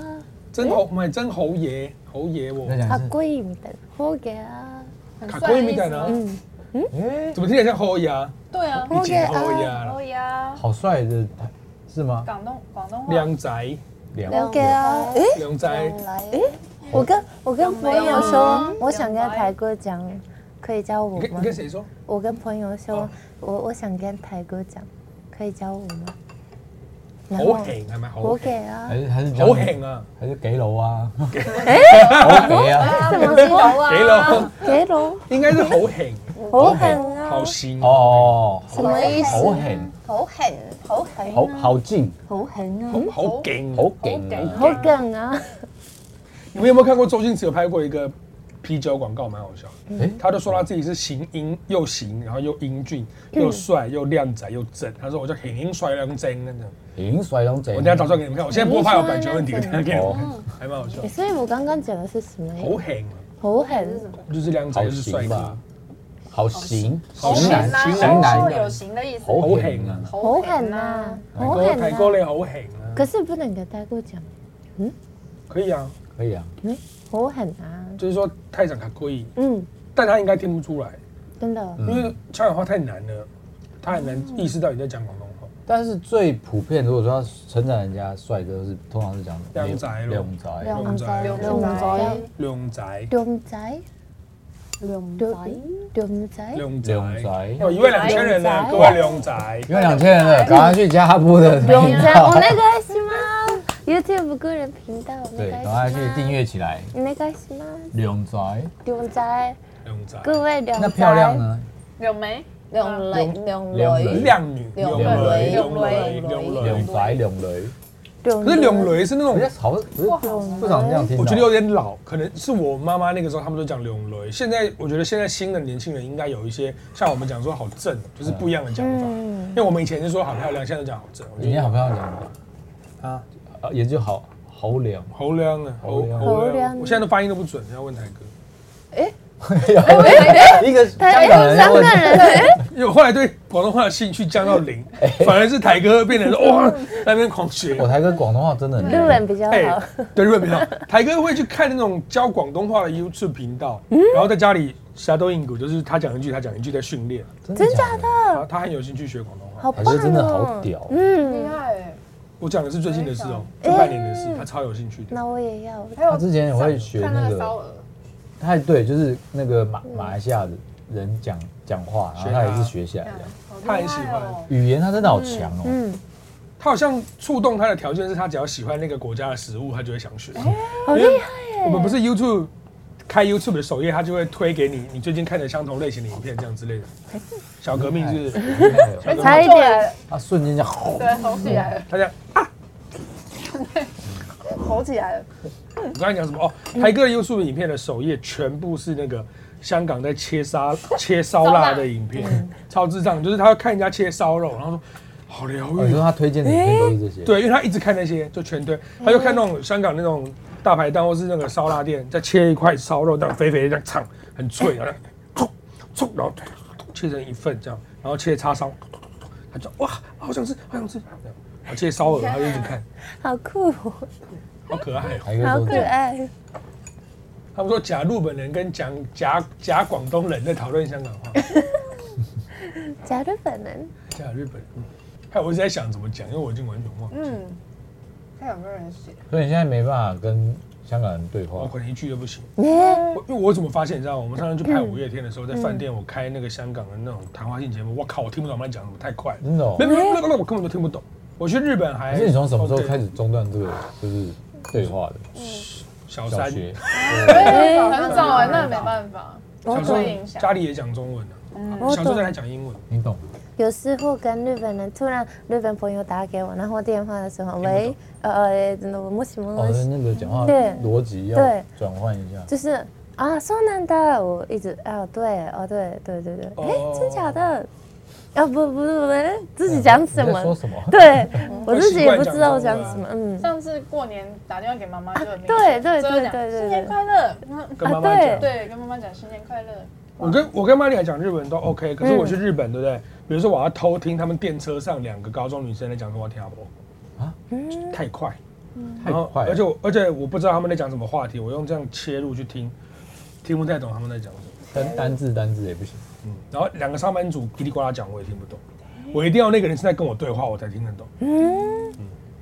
[SPEAKER 1] 真侯买真侯爷，侯爷我
[SPEAKER 4] 再讲
[SPEAKER 3] かっこいい
[SPEAKER 4] 一次，
[SPEAKER 3] みたいな。好嘅啊，
[SPEAKER 8] 很
[SPEAKER 1] 卡
[SPEAKER 8] 帅
[SPEAKER 1] 贵
[SPEAKER 8] 的
[SPEAKER 1] み
[SPEAKER 8] 意
[SPEAKER 1] た
[SPEAKER 8] 思
[SPEAKER 1] い
[SPEAKER 8] 吗
[SPEAKER 1] な，
[SPEAKER 4] 哎，
[SPEAKER 1] 怎么听起来像侯爷啊？
[SPEAKER 8] 对啊，
[SPEAKER 1] 以前侯爷
[SPEAKER 8] 哦
[SPEAKER 1] 啊，
[SPEAKER 8] 呀，
[SPEAKER 4] 好帅的，是吗？
[SPEAKER 8] 广东广东话，
[SPEAKER 1] 靓仔，
[SPEAKER 4] 两
[SPEAKER 3] 好嘅啊。哎，
[SPEAKER 1] 靓仔，
[SPEAKER 3] 我跟我跟朋友说，我想跟台哥讲，可以教我
[SPEAKER 1] 你跟
[SPEAKER 3] 吗
[SPEAKER 1] 你？跟谁说？
[SPEAKER 3] 我跟朋友说
[SPEAKER 1] 哦，
[SPEAKER 3] 我我想跟台哥讲，可以教我吗？然
[SPEAKER 1] 侯
[SPEAKER 3] 后
[SPEAKER 1] 狠还蛮
[SPEAKER 3] 我
[SPEAKER 1] 侯
[SPEAKER 3] 给啊，
[SPEAKER 4] 还是还是讲
[SPEAKER 1] 侯狠啊，
[SPEAKER 4] 还是给楼啊？哎，猴给啊，
[SPEAKER 1] 给了，
[SPEAKER 3] 给龙，
[SPEAKER 1] 应该是侯狠，
[SPEAKER 3] 我很啊，
[SPEAKER 1] 好心哦，
[SPEAKER 4] 哦，
[SPEAKER 2] 什么意思？
[SPEAKER 4] 猴狠，
[SPEAKER 2] 好狠，好狠，
[SPEAKER 4] 猴好劲，
[SPEAKER 2] 好狠啊！
[SPEAKER 1] 好好劲。
[SPEAKER 4] 猴劲啊！
[SPEAKER 3] 好梗啊，
[SPEAKER 1] 你们有没有看过周星驰有拍过一个啤酒广告，蛮好笑的。
[SPEAKER 4] 哎
[SPEAKER 1] 他就说他自己是型英又型，然后又英俊
[SPEAKER 3] 嗯
[SPEAKER 1] 又帅又靓仔又正。他说我叫很英帅靓正那种。
[SPEAKER 4] 赢甩龙贼，
[SPEAKER 1] 我等一下找出来给你们看，我现在不会怕有版权问题，我等一下给你们看，还蛮好笑
[SPEAKER 3] 诶。所以我刚刚讲的是什么呀？
[SPEAKER 1] 好狠啊，
[SPEAKER 3] 好狠，
[SPEAKER 1] 就是靓仔就是帅哥，
[SPEAKER 4] 好行，
[SPEAKER 1] 好
[SPEAKER 8] 型
[SPEAKER 1] 男
[SPEAKER 8] 啊，
[SPEAKER 1] 型男
[SPEAKER 8] 哦有型的意思，
[SPEAKER 4] 猴
[SPEAKER 1] 好
[SPEAKER 4] 狠
[SPEAKER 1] 狠
[SPEAKER 4] 啊
[SPEAKER 1] 啊！
[SPEAKER 3] 好狠啊，
[SPEAKER 8] 아,
[SPEAKER 3] 好
[SPEAKER 1] 台
[SPEAKER 3] 狠
[SPEAKER 1] 台沟
[SPEAKER 3] 啊！
[SPEAKER 1] 嘞好狠啊，
[SPEAKER 3] 可是不能跟大哥讲，
[SPEAKER 1] 可以啊，
[SPEAKER 4] 可以啊，
[SPEAKER 3] 好狠啊，
[SPEAKER 1] 就是说太长卡可以，
[SPEAKER 3] 嗯，
[SPEAKER 1] 但他应该听不出来，
[SPEAKER 3] 真的，
[SPEAKER 4] 嗯
[SPEAKER 1] 因为香港话太难了，他很难意识到你在讲广东话。
[SPEAKER 4] 但是最普遍，如果说要称赞人家帅哥，是通常是讲
[SPEAKER 1] 靓仔咯
[SPEAKER 4] 靓仔，
[SPEAKER 1] 靓仔，
[SPEAKER 2] 龙
[SPEAKER 8] 啊
[SPEAKER 2] 仔，
[SPEAKER 1] 靓仔，
[SPEAKER 3] 龙仔，
[SPEAKER 2] 龙仔，
[SPEAKER 3] 龙龙仔，
[SPEAKER 1] 靓
[SPEAKER 4] 靓
[SPEAKER 1] 仔。哦
[SPEAKER 4] 仔。
[SPEAKER 1] 有一万两千人了，各位靓仔，
[SPEAKER 4] 因为两千人了，赶快去加布的频
[SPEAKER 3] 龙仔，哦
[SPEAKER 4] 道
[SPEAKER 3] お，願いします。YouTube 个人频道，お
[SPEAKER 4] 对，
[SPEAKER 3] 願いし
[SPEAKER 4] 赶快去
[SPEAKER 3] ます
[SPEAKER 4] 订阅起来。
[SPEAKER 3] お願いします。
[SPEAKER 4] 靓仔，
[SPEAKER 3] 龙仔，
[SPEAKER 1] 靓仔，
[SPEAKER 3] 各位龙仔，
[SPEAKER 4] 那漂亮呢？
[SPEAKER 8] 柳梅，
[SPEAKER 2] 两雷，两
[SPEAKER 4] 两
[SPEAKER 2] 雷，
[SPEAKER 4] 雷
[SPEAKER 1] 靓女，靓女，靓女，
[SPEAKER 4] 靓
[SPEAKER 1] 靓女。
[SPEAKER 4] 仔靓女，
[SPEAKER 3] 龙
[SPEAKER 1] 可
[SPEAKER 3] 仔？
[SPEAKER 1] 是两雷是那
[SPEAKER 4] 我觉
[SPEAKER 1] 种
[SPEAKER 4] 得，好，不是不常这样听到。
[SPEAKER 1] 我觉得有点老，可能是我妈妈那个时候他们都讲两雷。现在我觉得现在新的年轻人应该有一些像我们讲说好正，就是不一样的讲法。因为我们以前就说好漂亮，现在都讲好正。我
[SPEAKER 4] 你
[SPEAKER 1] 觉得
[SPEAKER 4] 好朋友讲
[SPEAKER 1] 啊，
[SPEAKER 4] 的，也就好好靓。
[SPEAKER 1] 好亮啊，好好亮，我现在的发音都不准，你要问台哥。
[SPEAKER 4] 一个香港人要问，
[SPEAKER 1] 因为我后来对广东话的兴趣降到 零，反而是台哥变成哇那边狂学。 哎
[SPEAKER 4] 我台哥广东话真的很
[SPEAKER 3] 日
[SPEAKER 4] 溜
[SPEAKER 3] 文比较好。
[SPEAKER 1] 对日本频道，台哥会去看那种教广东话的 YouTube 频道，然后在家里 shadowing 鼓就是他讲一句，他讲一句在训练，
[SPEAKER 4] 真的假的？
[SPEAKER 1] 他他很有兴趣学广东话。
[SPEAKER 3] 好
[SPEAKER 4] 台
[SPEAKER 3] 棒
[SPEAKER 4] 哥真的
[SPEAKER 3] 哦
[SPEAKER 4] 好！屌，
[SPEAKER 8] 厉
[SPEAKER 3] 嗯，
[SPEAKER 8] 害欸，
[SPEAKER 1] 我讲的是最近的事哦，这半年的事，他超有兴趣的。
[SPEAKER 3] 哎那我也要。
[SPEAKER 8] 还有
[SPEAKER 4] 他之前也会学
[SPEAKER 8] 看
[SPEAKER 4] 那
[SPEAKER 8] 那
[SPEAKER 4] 个
[SPEAKER 8] 个烧鹅，
[SPEAKER 4] 他对，就是那个马马来西亚的人讲讲话，然后他也是学起来的。
[SPEAKER 8] 哦
[SPEAKER 1] 他很喜欢，
[SPEAKER 4] 语言他真的好强哦，
[SPEAKER 3] 嗯，
[SPEAKER 1] 他好像触动他的条件是他只要喜欢那个国家的食物，他就会想学。
[SPEAKER 3] 哎好厉害耶！
[SPEAKER 1] 我们不是 YouTube 开 YouTube 的首页，它就会推给你你最近看的相同类型的影片，这样之类的。小革命就是小革命
[SPEAKER 6] 差一点，
[SPEAKER 4] 他瞬间 就哦吼，
[SPEAKER 8] 对，吼起来了，
[SPEAKER 1] 他讲
[SPEAKER 8] 吼起来了。
[SPEAKER 1] 我刚才讲什么？哦，台哥的 YouTube 影片的首页全部是那个香港在切沙切烧腊的影片，
[SPEAKER 3] 嗯
[SPEAKER 1] 超智障。就是他会看人家切烧肉，然后说好疗
[SPEAKER 4] 哦你
[SPEAKER 1] 愈
[SPEAKER 4] 说
[SPEAKER 1] 哦。
[SPEAKER 4] 他推荐的影片都是这些，，
[SPEAKER 1] 对，因为他一直看那些，就全推。他就看那种香港那种大排档或是那个烧腊店，再切一块烧肉，这样肥肥的这样烫，很脆，然后这样冲冲，然后切成一份这样，然后切叉烧，他就哇，好想吃，好想吃。这样然后切烧鹅，他就一直看，
[SPEAKER 3] 好酷哦，
[SPEAKER 1] 好可爱哦。
[SPEAKER 4] 台哥都这样。
[SPEAKER 3] 爱。
[SPEAKER 1] 他们说假日本人跟讲假假广东人在讨论香港话，
[SPEAKER 3] 假日本人，
[SPEAKER 1] 假日本人。嗯害我一直在想怎么讲，因为我已经完全忘了，
[SPEAKER 8] 嗯，看有没有人写。
[SPEAKER 4] 所以你现在没办法跟香港人对
[SPEAKER 1] 我
[SPEAKER 4] 话，
[SPEAKER 1] 可能一句都不行。我因为我怎么发现，你知道吗？我们上次去拍五月天的时候，
[SPEAKER 4] 嗯
[SPEAKER 1] 在饭店我开那个香港的那种谈话性节目，我靠，我听不懂他们在讲什么，太快了。
[SPEAKER 4] 真的哦
[SPEAKER 1] 没。没没，那个我根本就听不懂。我去日本还
[SPEAKER 4] 可是你从什么时候开
[SPEAKER 1] 始？
[SPEAKER 4] 始中断这个就是对话的？
[SPEAKER 1] 小
[SPEAKER 4] 小
[SPEAKER 1] 三，
[SPEAKER 4] 学，
[SPEAKER 8] 很早哎，那没办法，
[SPEAKER 1] 小时
[SPEAKER 8] 会影
[SPEAKER 1] 候
[SPEAKER 8] 响
[SPEAKER 1] 家里也讲中文的，
[SPEAKER 4] 哦
[SPEAKER 1] 小时候在那讲英文，
[SPEAKER 4] 你懂？
[SPEAKER 3] 有时候跟日本人突然日本朋友打给我，然后电话的时候，喂，呃呃，もしも
[SPEAKER 4] 哦，
[SPEAKER 3] し。
[SPEAKER 4] 那个讲话
[SPEAKER 3] 对
[SPEAKER 4] 逻辑要
[SPEAKER 3] 对
[SPEAKER 4] 转换一下。
[SPEAKER 3] 就是啊，そうなんだ，我一直啊，对，哦，对，对对对，哎、
[SPEAKER 1] 哦
[SPEAKER 3] 真假的？啊，不不不不，自己讲什
[SPEAKER 4] 你在说
[SPEAKER 3] 么？
[SPEAKER 4] 什么？
[SPEAKER 3] 对我自己也不知道我讲什么，嗯，
[SPEAKER 8] 上次过年打电话给妈妈就很明显
[SPEAKER 3] 啊对对
[SPEAKER 8] 最后
[SPEAKER 3] 对
[SPEAKER 8] 讲
[SPEAKER 3] 对
[SPEAKER 8] 新
[SPEAKER 3] 对
[SPEAKER 8] 年
[SPEAKER 3] 对，
[SPEAKER 8] 快乐，嗯
[SPEAKER 1] 跟妈妈讲。
[SPEAKER 8] 对，跟妈妈讲新年快乐，
[SPEAKER 1] 我跟我跟玛丽还讲日本都
[SPEAKER 4] 嗯
[SPEAKER 1] OK，可是我去日本，对不对？比如说我要偷听他们电车上两个高中女生在讲什么，我听不懂
[SPEAKER 4] 啊
[SPEAKER 1] 就太快，
[SPEAKER 4] 太快了，
[SPEAKER 1] 而且我而且我不知道他们在讲什么话题，我用这样切入去听，听不太懂他们在讲什么。
[SPEAKER 4] 单单字单字也不行。
[SPEAKER 1] 嗯，然后两个上班族叽里呱啦讲，我也听不懂，我一定要那个人是在跟我对话，我才听得懂。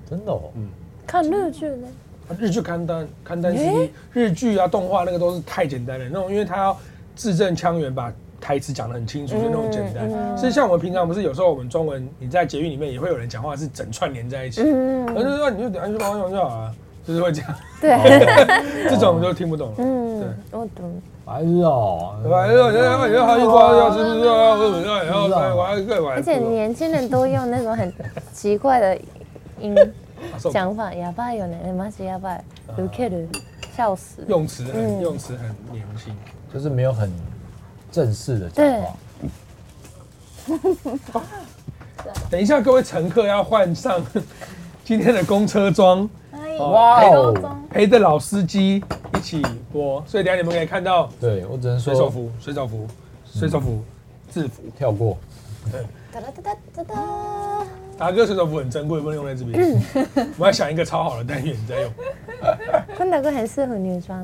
[SPEAKER 4] 真的哦，
[SPEAKER 1] 嗯
[SPEAKER 3] 看日剧呢，
[SPEAKER 1] 啊日剧刊登刊登 CD，日剧啊动画那个都是太简单了，那种因为他要字正腔圆把。台词讲得很清楚
[SPEAKER 3] 嗯
[SPEAKER 1] 的那种简单，是像我们平常不是有时候我们中文你在捷运里面也会有人讲话是整串连在一起，
[SPEAKER 3] 嗯，
[SPEAKER 1] 然后就说你就等下去帮我用就好了，就是会这样，
[SPEAKER 3] 对，
[SPEAKER 1] 这种我就听不懂了。
[SPEAKER 3] 嗯，我懂，
[SPEAKER 4] 白日哦，
[SPEAKER 1] 对吧？然后然后然后一刮要吃吃吃，然后然后然后玩个玩，
[SPEAKER 3] 而且年轻人都用那种很奇怪的音讲法，哑巴有呢，マジ哑巴，ウケる，笑死，
[SPEAKER 1] 用词很用词很年轻，
[SPEAKER 4] 就是没有很正式的讲话。
[SPEAKER 1] 等一下，各位乘客要换上今天的公车装，
[SPEAKER 2] 哎
[SPEAKER 4] 哇哦，
[SPEAKER 1] 陪着老司机一起播。所以等一下你们可以看到
[SPEAKER 4] 对我只能
[SPEAKER 1] 水手
[SPEAKER 4] 说
[SPEAKER 1] 服、水手服、水手服制服。
[SPEAKER 4] 跳过。
[SPEAKER 9] 哒哒哒哒哒哒。
[SPEAKER 1] 达哥水手服很珍贵，不能用在这边。我要想一个超好的单元再用。
[SPEAKER 3] 坤达哥很适合女装，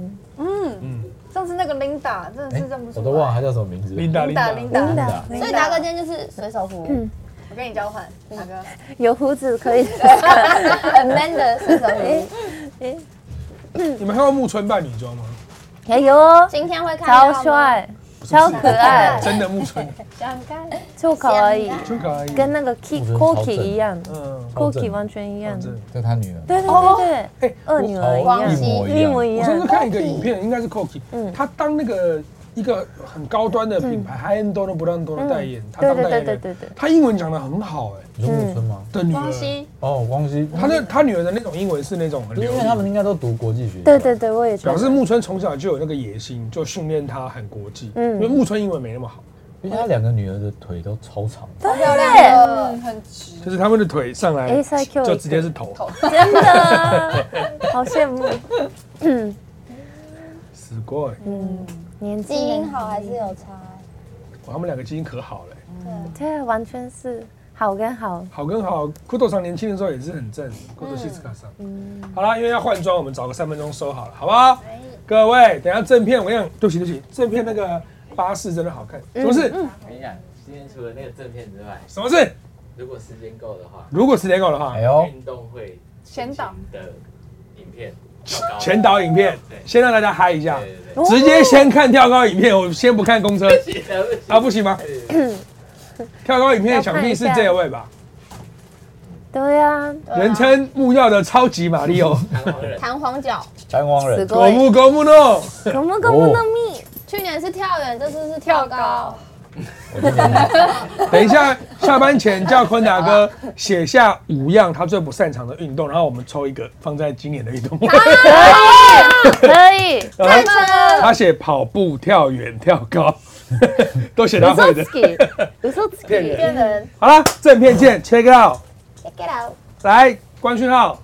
[SPEAKER 8] 上次那个 Linda 真的
[SPEAKER 4] 哎
[SPEAKER 8] 是认不出
[SPEAKER 4] 我
[SPEAKER 8] 来，
[SPEAKER 4] 都忘了他叫什么名字。
[SPEAKER 1] Linda
[SPEAKER 8] Linda，
[SPEAKER 1] Linda，
[SPEAKER 3] 真的，
[SPEAKER 9] 所以达哥今天就是水手服，
[SPEAKER 3] 嗯
[SPEAKER 8] 我跟你交换，大
[SPEAKER 4] 嗯
[SPEAKER 8] 哥，
[SPEAKER 3] 有胡子可以。
[SPEAKER 9] 很 man 的水手服。
[SPEAKER 1] 你们看过木村扮女装吗？
[SPEAKER 3] 哎呦，
[SPEAKER 9] 今天会看到吗，
[SPEAKER 3] 超帅，超可爱，
[SPEAKER 1] 真的木村，
[SPEAKER 8] 想干
[SPEAKER 3] 超可爱，
[SPEAKER 1] 真可爱。
[SPEAKER 3] 跟那个 K
[SPEAKER 4] 我觉得超
[SPEAKER 3] Cookie
[SPEAKER 4] 正
[SPEAKER 3] 一样
[SPEAKER 1] 嗯，
[SPEAKER 4] 超正
[SPEAKER 3] ，Cookie 完全一样。
[SPEAKER 1] 真的
[SPEAKER 3] 对
[SPEAKER 4] 这他女儿，
[SPEAKER 3] 对对
[SPEAKER 1] 哎
[SPEAKER 3] 对，二女儿一
[SPEAKER 4] 哦
[SPEAKER 3] 样
[SPEAKER 4] 一，模
[SPEAKER 3] 一模
[SPEAKER 4] 一样。
[SPEAKER 3] 一
[SPEAKER 1] 我上次
[SPEAKER 3] 样。
[SPEAKER 1] 看一个影片，应该是 Coki，他
[SPEAKER 3] 嗯
[SPEAKER 1] 当那个一个很高端的品牌 High End Dono b r a n d 的代言，他
[SPEAKER 3] 嗯对
[SPEAKER 1] 当
[SPEAKER 3] 对
[SPEAKER 1] 代
[SPEAKER 3] 对
[SPEAKER 1] 言
[SPEAKER 3] 对
[SPEAKER 1] 人，
[SPEAKER 3] 对对，
[SPEAKER 1] 他英文讲的很好哎、
[SPEAKER 4] 你说木村吗？
[SPEAKER 1] 的女
[SPEAKER 8] 光
[SPEAKER 1] 儿，
[SPEAKER 8] 熙，
[SPEAKER 4] 哦，光熙，
[SPEAKER 1] 嗯他那他女儿的那种英文是那种很
[SPEAKER 4] 就是
[SPEAKER 1] 流
[SPEAKER 4] 因为
[SPEAKER 1] 利
[SPEAKER 4] 他们应该都读国际学校。
[SPEAKER 3] 对对对，我也觉
[SPEAKER 1] 表
[SPEAKER 3] 得。
[SPEAKER 1] 示木村从小就有那个野心，就训练他很国际。
[SPEAKER 3] 嗯
[SPEAKER 1] 因为木村英文没那么好，
[SPEAKER 4] 因为他两个女儿的腿都超长，
[SPEAKER 8] 漂
[SPEAKER 2] 嗯
[SPEAKER 8] 亮，很直，
[SPEAKER 1] 就是他们的腿上来
[SPEAKER 3] A 塞 Q 一个
[SPEAKER 1] 就直接是头，
[SPEAKER 3] 真的啊， 好羡慕。
[SPEAKER 1] 死过哎！
[SPEAKER 3] 嗯年
[SPEAKER 9] 基
[SPEAKER 3] 纪
[SPEAKER 9] 因好还是有差。
[SPEAKER 1] 哇他们两个基因可好了欸，
[SPEAKER 2] 嗯
[SPEAKER 3] 对，完全是好跟好。
[SPEAKER 1] 好跟好。库斗上年轻的时候也是很正，库斗西斯卡上。好啦，因为要换装，我们找个三分钟收好了，好不好？各位，等一下正片，我跟你讲，对不起对不起，正片那个巴士真的好看，什么事？
[SPEAKER 11] 我跟你讲，今天除了那个正片之外，
[SPEAKER 1] 什么事？
[SPEAKER 11] 如果时间够的话，
[SPEAKER 1] 如果时间够的话
[SPEAKER 4] 哎，呦，
[SPEAKER 11] 运动会
[SPEAKER 8] 前导
[SPEAKER 11] 的影片，
[SPEAKER 1] 前导影片
[SPEAKER 11] 对，
[SPEAKER 1] 先让大家嗨一下，
[SPEAKER 11] 对对
[SPEAKER 1] 直接先看跳高影片，我先不看 公车
[SPEAKER 11] 对，
[SPEAKER 1] 啊，不行吗？ 跳高影片想必是这位吧，
[SPEAKER 3] 对呀，啊
[SPEAKER 1] 人称木曜的超级马里奥，
[SPEAKER 11] 弹簧人
[SPEAKER 9] 弹簧脚，
[SPEAKER 4] 三汪人
[SPEAKER 3] 死
[SPEAKER 1] 狗
[SPEAKER 3] 过。
[SPEAKER 1] 木狗木诺，
[SPEAKER 3] 可不可不
[SPEAKER 4] 哦
[SPEAKER 3] 那密？
[SPEAKER 2] 去年是跳远，这次是跳高。
[SPEAKER 1] 等一下下班前叫坤达哥写下五样他最不擅长的运动，然后我们抽一个放在今年的运动会。
[SPEAKER 3] 可以。
[SPEAKER 1] 然后他他写跑步、跳远、跳高，都写他会的。
[SPEAKER 3] Usotsky，Usotsky
[SPEAKER 1] 骗人。好了，正片见，check it out。来，关讯号，